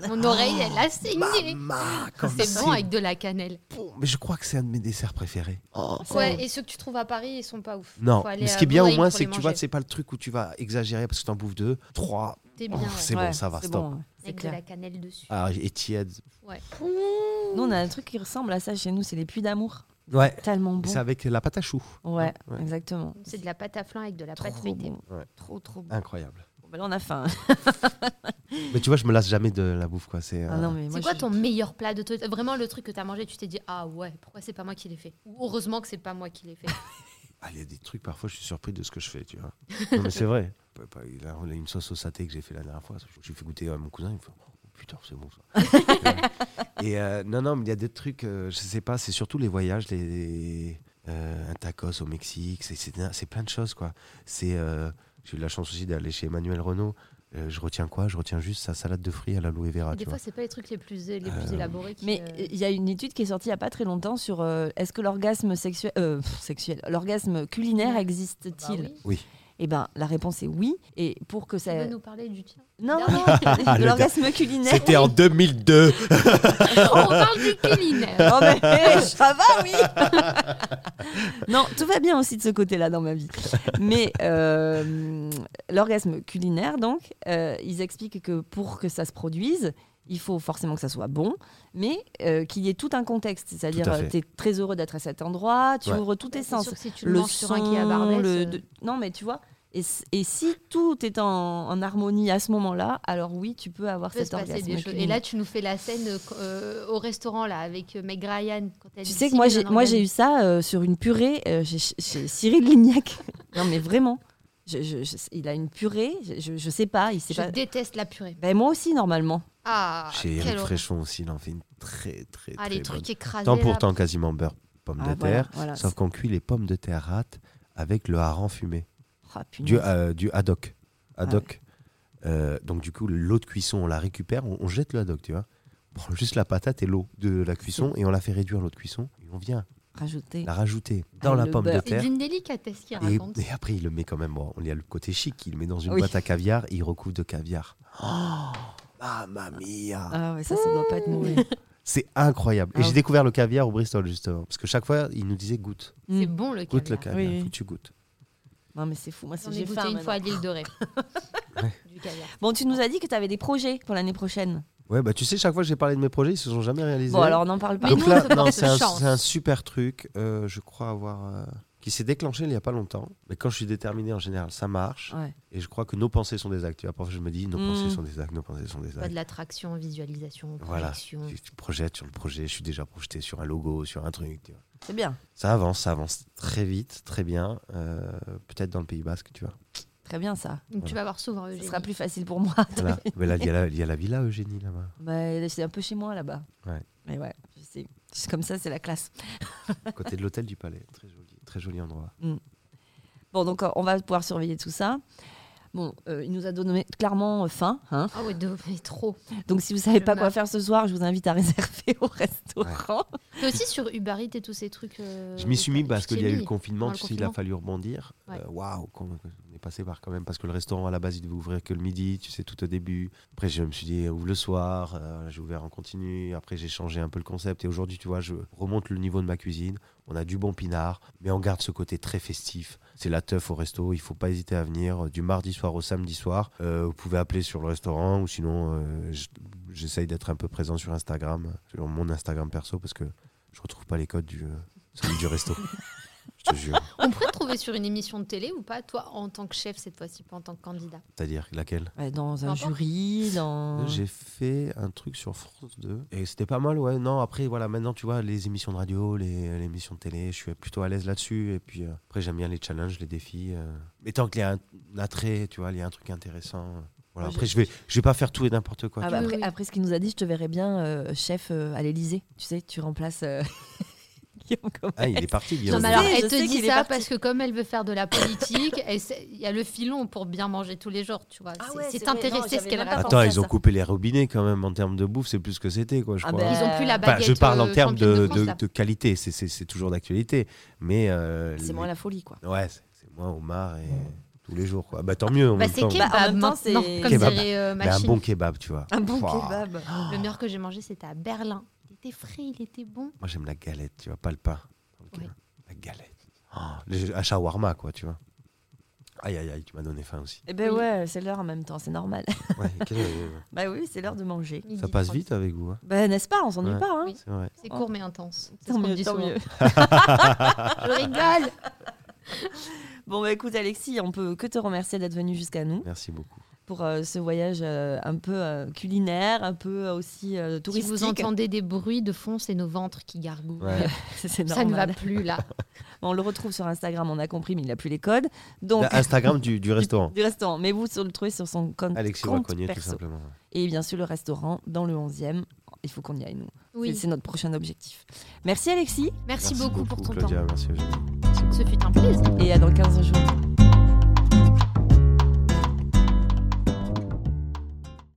Speaker 2: Mon oreille, elle a saigné.
Speaker 5: maman, Ah, bah, comme
Speaker 2: C'est bon hein, avec de la cannelle.
Speaker 5: bon. Mais je crois que c'est un de mes desserts préférés.
Speaker 1: Oh.
Speaker 2: Ouais, et ceux que tu trouves à Paris, ils sont pas ouf.
Speaker 5: Non,
Speaker 2: Faut aller
Speaker 5: mais ce
Speaker 2: à
Speaker 5: qui est bien au
Speaker 2: Bourgogne
Speaker 5: moins,
Speaker 2: pour
Speaker 5: c'est
Speaker 2: les
Speaker 5: que tu vois,
Speaker 2: manger.
Speaker 5: c'est pas le truc où tu vas exagérer parce que t'en bouffes deux, trois.
Speaker 2: T'es
Speaker 5: Oh,
Speaker 2: bien, ouais.
Speaker 5: c'est bon, ça va,
Speaker 1: c'est
Speaker 5: stop.
Speaker 1: bon, ouais, c'est
Speaker 2: avec de
Speaker 1: clair.
Speaker 2: la cannelle dessus.
Speaker 5: Ah, et tiède.
Speaker 1: Nous, on a un truc qui ressemble à ça chez nous, c'est les puits d'amour.
Speaker 5: Ouais.
Speaker 1: Tellement
Speaker 5: Et
Speaker 1: bon.
Speaker 5: C'est avec la pâte à choux.
Speaker 1: Ouais,
Speaker 5: Ouais.
Speaker 1: exactement.
Speaker 2: C'est de la pâte à flan avec de la
Speaker 1: Trop
Speaker 2: pâte feuilletée.
Speaker 1: bon.
Speaker 5: Ouais.
Speaker 1: Trop, trop
Speaker 2: Ah.
Speaker 1: bon.
Speaker 5: Incroyable.
Speaker 1: Bon, bah là, on a faim.
Speaker 5: Mais tu vois, je me lasse jamais de la bouffe, quoi. C'est. euh,
Speaker 1: Ah non, mais moi,
Speaker 2: C'est quoi
Speaker 1: je-
Speaker 2: ton meilleur plat de toi Vraiment le truc que t'as mangé, tu t'es dit ah ouais, pourquoi c'est pas moi qui l'ai fait Ou heureusement que c'est pas moi qui l'ai fait.
Speaker 5: Ah, il y a des trucs, parfois, je suis surpris de ce que je fais, tu vois. Non, mais c'est vrai. Pas- pas- Bah, Il a il a une sauce au saté que j'ai fait la dernière fois. J'ai fait goûter à mon cousin, il me fait Oh putain, c'est bon ça. Et euh, non, non, mais il y a des trucs, euh, je sais pas, c'est surtout les voyages, les, les, euh, un tacos au Mexique, c'est- c'est c'est plein de choses, quoi. C'est. euh, j'ai eu la chance aussi d'aller chez Emmanuel Renaud. Euh, je retiens quoi Je retiens juste sa salade de fruits à la Louis Vera,
Speaker 2: des
Speaker 5: Ah, tu
Speaker 2: fois,
Speaker 5: vois.
Speaker 2: c'est pas les trucs les plus, les plus
Speaker 5: Euh,
Speaker 2: élaborés. Qui,
Speaker 1: Mais
Speaker 2: euh,
Speaker 1: il y a une étude qui est sortie il n'y a pas très longtemps sur euh, est-ce que l'orgasme sexuel, euh, pff, sexuel, l'orgasme culinaire
Speaker 2: Bah
Speaker 1: existe-t-il
Speaker 2: bah oui.
Speaker 1: Eh ben, la réponse est oui. Et pour que
Speaker 2: Tu
Speaker 1: ça...
Speaker 2: veux nous parler du tien
Speaker 1: Non, non,
Speaker 2: Dernier.
Speaker 1: de
Speaker 5: Ah, Le
Speaker 1: l'orgasme culinaire.
Speaker 5: C'était en 2002
Speaker 2: On parle du culinaire.
Speaker 1: Oh, mais hey, ça va, oui Non, tout va bien aussi de ce côté-là dans ma vie. Mais euh, l'orgasme culinaire, donc, euh, ils expliquent que pour que ça se produise, il faut forcément que ça soit bon, mais euh, qu'il y ait tout un contexte. C'est-à-dire,
Speaker 5: Tout à fait.
Speaker 1: tu es très heureux d'être à cet endroit, tu
Speaker 5: Ouais.
Speaker 1: ouvres tous tes
Speaker 2: C'est
Speaker 1: sens.
Speaker 2: sûr que si tu le, manges sur un qui est à Barbès,
Speaker 1: le-
Speaker 2: euh,
Speaker 1: de- Non, mais tu vois. Et, s- et si tout est en, en harmonie à ce moment-là, alors oui, tu peux avoir
Speaker 2: peut
Speaker 1: cet
Speaker 2: se passer
Speaker 1: orgasme.
Speaker 2: des choses. Et
Speaker 1: culinaire.
Speaker 2: là, tu nous fais la scène euh, qu- euh, au restaurant là avec euh, Meg Ryan. Quand elle
Speaker 1: Tu
Speaker 2: dit
Speaker 1: sais que
Speaker 2: si,
Speaker 1: moi
Speaker 2: mais
Speaker 1: j'ai
Speaker 2: un
Speaker 1: moi
Speaker 2: orgasme.
Speaker 1: j'ai eu ça euh, sur une purée euh, chez, chez Cyril Lignac. non mais vraiment, Je- je- je- il a une purée, je, je, je sais pas, il sait
Speaker 2: Je
Speaker 1: pas.
Speaker 2: déteste la purée.
Speaker 1: Ben moi aussi normalement.
Speaker 2: Ah,
Speaker 5: Chez
Speaker 2: quelle
Speaker 5: Eric
Speaker 2: horreur.
Speaker 5: Fréchon aussi, il en fait une très, très,
Speaker 2: Ah,
Speaker 5: très
Speaker 2: les
Speaker 5: bonne.
Speaker 2: trucs écrasés.
Speaker 5: Tant
Speaker 2: là.
Speaker 5: pour tant, quasiment beurre pommes
Speaker 6: Ah,
Speaker 5: de
Speaker 6: voilà,
Speaker 5: terre,
Speaker 6: voilà,
Speaker 5: sauf qu'on cuit les pommes de terre rate avec le hareng fumé,
Speaker 1: Oh,
Speaker 6: Ah, punaise.
Speaker 5: du, euh, du haddock.
Speaker 6: ouais.
Speaker 5: haddock.
Speaker 6: Ah,
Speaker 5: Euh, donc du coup, l'eau de cuisson, on la récupère, on, on jette le haddock, tu vois. On prend juste la patate et l'eau de la cuisson et on la fait réduire l'eau de cuisson et on vient
Speaker 6: Rajouter.
Speaker 5: la rajouter dans
Speaker 6: Ah,
Speaker 5: la
Speaker 6: le
Speaker 5: pomme de
Speaker 6: beurre.
Speaker 2: C'est
Speaker 5: terre.
Speaker 2: d'une délicatesse qu'il
Speaker 5: Et,
Speaker 2: raconte.
Speaker 5: et après, il le met quand même. bon, on y a le côté chic. Il le met dans une
Speaker 1: Oui.
Speaker 5: boîte à caviar et il recouvre de caviar. Oh, mamma mia!
Speaker 6: Ah ouais, ça, ça doit pas être mauvais.
Speaker 5: C'est incroyable.
Speaker 1: Ah
Speaker 5: et j'ai
Speaker 1: oui.
Speaker 5: découvert le caviar au Bristol, justement. Parce que chaque fois, il nous disait goûte.
Speaker 2: C'est
Speaker 1: Mm.
Speaker 2: bon le
Speaker 5: Goûte
Speaker 2: caviar.
Speaker 5: le caviar.
Speaker 6: Oui, oui.
Speaker 5: Faut que tu goûtes.
Speaker 6: non, mais c'est fou. Moi, c'est
Speaker 2: J'en ai
Speaker 6: j'ai
Speaker 2: goûté
Speaker 6: faim.
Speaker 2: une fois
Speaker 6: maintenant.
Speaker 2: à l'île dorée. du caviar.
Speaker 1: Bon, tu nous as dit que tu avais des projets pour l'année prochaine.
Speaker 5: Ouais, bah tu sais, chaque fois que j'ai parlé de mes projets, ils se sont jamais réalisés.
Speaker 1: Bon, alors n'en parle pas.
Speaker 2: Mais nous,
Speaker 5: Donc
Speaker 2: on
Speaker 5: là,
Speaker 2: se
Speaker 5: non,
Speaker 2: porte
Speaker 5: c'est un,
Speaker 2: chance.
Speaker 5: c'est un super truc. euh, je crois avoir. euh, qui s'est déclenché il n'y a pas longtemps. Mais quand je suis déterminé, en général, ça marche.
Speaker 1: Ouais.
Speaker 5: Et je crois que nos pensées sont des actes. Tu vois, parfois, je me dis, nos
Speaker 1: Mm.
Speaker 5: pensées sont des actes, nos pensées sont des actes.
Speaker 2: Pas de l'attraction, visualisation,
Speaker 5: Voilà.
Speaker 2: projection.
Speaker 5: Tu, tu projettes sur le projet, je suis déjà projeté sur un logo, sur un truc. tu vois.
Speaker 6: C'est bien.
Speaker 5: Ça avance, ça avance très vite, très bien. euh, Peut-être dans le Pays Basque, tu vois.
Speaker 1: Très bien, ça.
Speaker 2: Donc tu vas voir souvent
Speaker 1: Ce
Speaker 2: Eugénie.
Speaker 1: sera plus facile pour moi.
Speaker 5: Voilà. Mais là, il y, a la- il y a la villa Eugénie là-bas.
Speaker 1: Bah, c'est un peu chez moi là-bas.
Speaker 5: Ouais.
Speaker 1: Mais ouais, je sais. C'est Comme ça, c'est la classe.
Speaker 5: à côté de l'hôtel du Palais. Très joli, très joli endroit.
Speaker 1: Bon, donc euh, on va pouvoir surveiller tout ça. Bon, euh, il nous a donné clairement euh, faim. hein.
Speaker 2: Ah ouais, de- mais trop.
Speaker 1: donc si vous savez
Speaker 2: Je
Speaker 1: pas quoi
Speaker 2: meurs.
Speaker 1: faire ce soir, je vous invite à réserver au restaurant.
Speaker 2: Mais aussi sur Uber Eats et tous ces trucs. euh,
Speaker 5: Je m'y suis mis
Speaker 2: tu
Speaker 5: parce
Speaker 2: t'y
Speaker 5: qu'il y a
Speaker 2: es
Speaker 5: eu
Speaker 2: mis.
Speaker 5: le confinement,
Speaker 2: Dans
Speaker 5: tu
Speaker 2: le
Speaker 5: sais, il a
Speaker 2: confinement.
Speaker 5: fallu rebondir.
Speaker 2: Ouais.
Speaker 5: Euh, Waouh, qu'on- on est passé par quand même, parce que le restaurant à la base, il devait ouvrir que le midi, tu sais, tout au début. Après, je me suis dit, ouvre le soir, euh, j'ai ouvert en continu. Après, j'ai changé un peu le concept. Et aujourd'hui, tu vois, je remonte le niveau de ma cuisine. On a du bon pinard, mais on garde ce côté très festif. C'est la teuf au resto, il faut pas hésiter à venir euh, du mardi soir au samedi soir. Euh, vous pouvez appeler sur le restaurant ou sinon, euh, j- j'essaye d'être un peu présent sur Instagram, sur mon Instagram perso, parce que je retrouve pas les codes du, euh, celui du resto. Je te jure.
Speaker 2: On pourrait te trouver sur une émission de télé ou pas, toi, en tant que chef cette fois-ci, pas en tant que candidat.
Speaker 5: C'est-à-dire laquelle
Speaker 1: Ouais, dans
Speaker 2: Peu
Speaker 1: un
Speaker 2: importe.
Speaker 1: jury, dans.
Speaker 5: J'ai fait un truc sur France 2 Hein. et c'était pas mal, ouais. Non, après, voilà, maintenant tu vois, les émissions de radio, les, les émissions de télé, je suis plutôt à l'aise là-dessus. Et puis euh, après, j'aime bien les challenges, les défis. euh. Mais tant qu'il y a un un attrait, tu vois, il y a un truc intéressant. euh. Voilà,
Speaker 2: Moi,
Speaker 5: après,
Speaker 2: j'ai-
Speaker 5: je vais, je vais pas faire tout et n'importe quoi.
Speaker 1: Ah
Speaker 5: tu
Speaker 1: bah
Speaker 5: vois.
Speaker 2: Oui,
Speaker 1: après,
Speaker 2: oui.
Speaker 1: après ce qu'il nous a dit, je te verrais bien euh, chef euh, à l'Elysée. Tu sais, tu remplaces euh, Guillaume Commerce.
Speaker 5: Ah, il est parti,
Speaker 2: Non,
Speaker 5: Guillaume.
Speaker 1: Je
Speaker 2: mais
Speaker 1: sais,
Speaker 2: alors,
Speaker 1: je
Speaker 2: elle
Speaker 1: sais
Speaker 2: te dit
Speaker 1: qu'il est
Speaker 2: ça
Speaker 1: parti.
Speaker 2: parce que comme elle veut faire de la politique, elle sait- il y a le filon pour bien manger tous les jours, tu vois.
Speaker 1: Ah
Speaker 2: C'est-
Speaker 1: ouais, c'est
Speaker 2: c'est
Speaker 1: vrai. Non,
Speaker 2: intéressé
Speaker 1: j'avais
Speaker 2: ce qu'elle
Speaker 1: même pas
Speaker 2: raconte.
Speaker 5: Attends,
Speaker 1: pensé à
Speaker 5: ils ont
Speaker 1: ça.
Speaker 5: coupé les robinets quand même en termes de bouffe, c'est plus ce que c'était, quoi, je
Speaker 1: Ah
Speaker 5: crois.
Speaker 1: ben,
Speaker 2: bah, Ils ont plus la
Speaker 5: Enfin,
Speaker 2: baguette.
Speaker 5: je parle en
Speaker 2: euh,
Speaker 5: termes
Speaker 2: championne
Speaker 5: de,
Speaker 2: France,
Speaker 5: de-
Speaker 2: là.
Speaker 5: de qualité, c'est- c'est c'est toujours d'actualité. Mais. euh,
Speaker 1: C'est
Speaker 5: les-
Speaker 1: moins la folie, quoi.
Speaker 5: Ouais, c'est c'est moins homard et tous les jours, quoi. Bah, tant mieux. En
Speaker 2: Bah,
Speaker 5: même
Speaker 2: c'est
Speaker 5: temps.
Speaker 2: kebab
Speaker 1: Bah, en même temps,
Speaker 2: maintenant,
Speaker 1: c'est-
Speaker 2: comme
Speaker 5: Kebab.
Speaker 2: dirait euh,
Speaker 5: Mais un
Speaker 2: Machine.
Speaker 5: bon kebab, tu vois.
Speaker 1: Un bon
Speaker 5: Pouah.
Speaker 1: kebab.
Speaker 5: Ah,
Speaker 2: Le meilleur que j'ai mangé, c'était à Berlin. Il était frais, il était bon.
Speaker 5: Moi, j'aime la galette, tu vois, pas le pain. Ok.
Speaker 2: Oui.
Speaker 5: La galette. Oh, le, un shawarma, quoi, tu vois. Aïe, aïe, aïe, tu m'as donné faim aussi.
Speaker 1: Eh ben
Speaker 2: Oui.
Speaker 1: ouais, c'est l'heure en même temps, c'est normal.
Speaker 5: Ouais, quel- euh,
Speaker 1: bah oui, c'est l'heure de manger.
Speaker 2: Midi
Speaker 5: ça passe
Speaker 2: 30.
Speaker 5: vite avec vous, hein.
Speaker 1: Bah n'est-ce pas, on s'ennuie
Speaker 5: Ouais.
Speaker 1: pas. Hein
Speaker 2: Oui.
Speaker 5: c'est vrai.
Speaker 2: C'est court mais intense. C'est
Speaker 1: Tant
Speaker 2: ce qu'on
Speaker 1: mieux,
Speaker 2: dit
Speaker 1: tant
Speaker 2: souvent.
Speaker 1: mieux.
Speaker 2: Je rigole.
Speaker 1: Bon bah écoute Alexis, on peut que te remercier d'être venu jusqu'à nous
Speaker 5: Merci beaucoup.
Speaker 1: pour euh, ce voyage euh, un peu euh, culinaire, un peu euh, aussi euh,
Speaker 2: Si
Speaker 1: touristique.
Speaker 2: vous entendez des bruits de fond, c'est nos ventres qui gargouillent.
Speaker 5: Ouais.
Speaker 1: c'est
Speaker 2: Ça ne va
Speaker 1: normal.
Speaker 2: plus là.
Speaker 1: Bon, on le retrouve sur Instagram, on a compris, mais il n'a plus les codes. Donc
Speaker 5: Instagram du, du restaurant.
Speaker 1: du restaurant, mais vous sur- le trouvez sur son compte,
Speaker 5: Alexis
Speaker 1: compte
Speaker 5: Braconier, tout
Speaker 1: perso.
Speaker 5: simplement.
Speaker 1: Et bien sûr le restaurant dans le 11e. Il faut qu'on y aille nous. C'est-
Speaker 2: Oui.
Speaker 1: C'est notre prochain objectif. Merci Alexis
Speaker 2: Merci, beaucoup, pour ton
Speaker 5: Claudia, merci. Eugénie.
Speaker 2: temps. Ce fut un plaisir.
Speaker 1: et à dans 15 jours.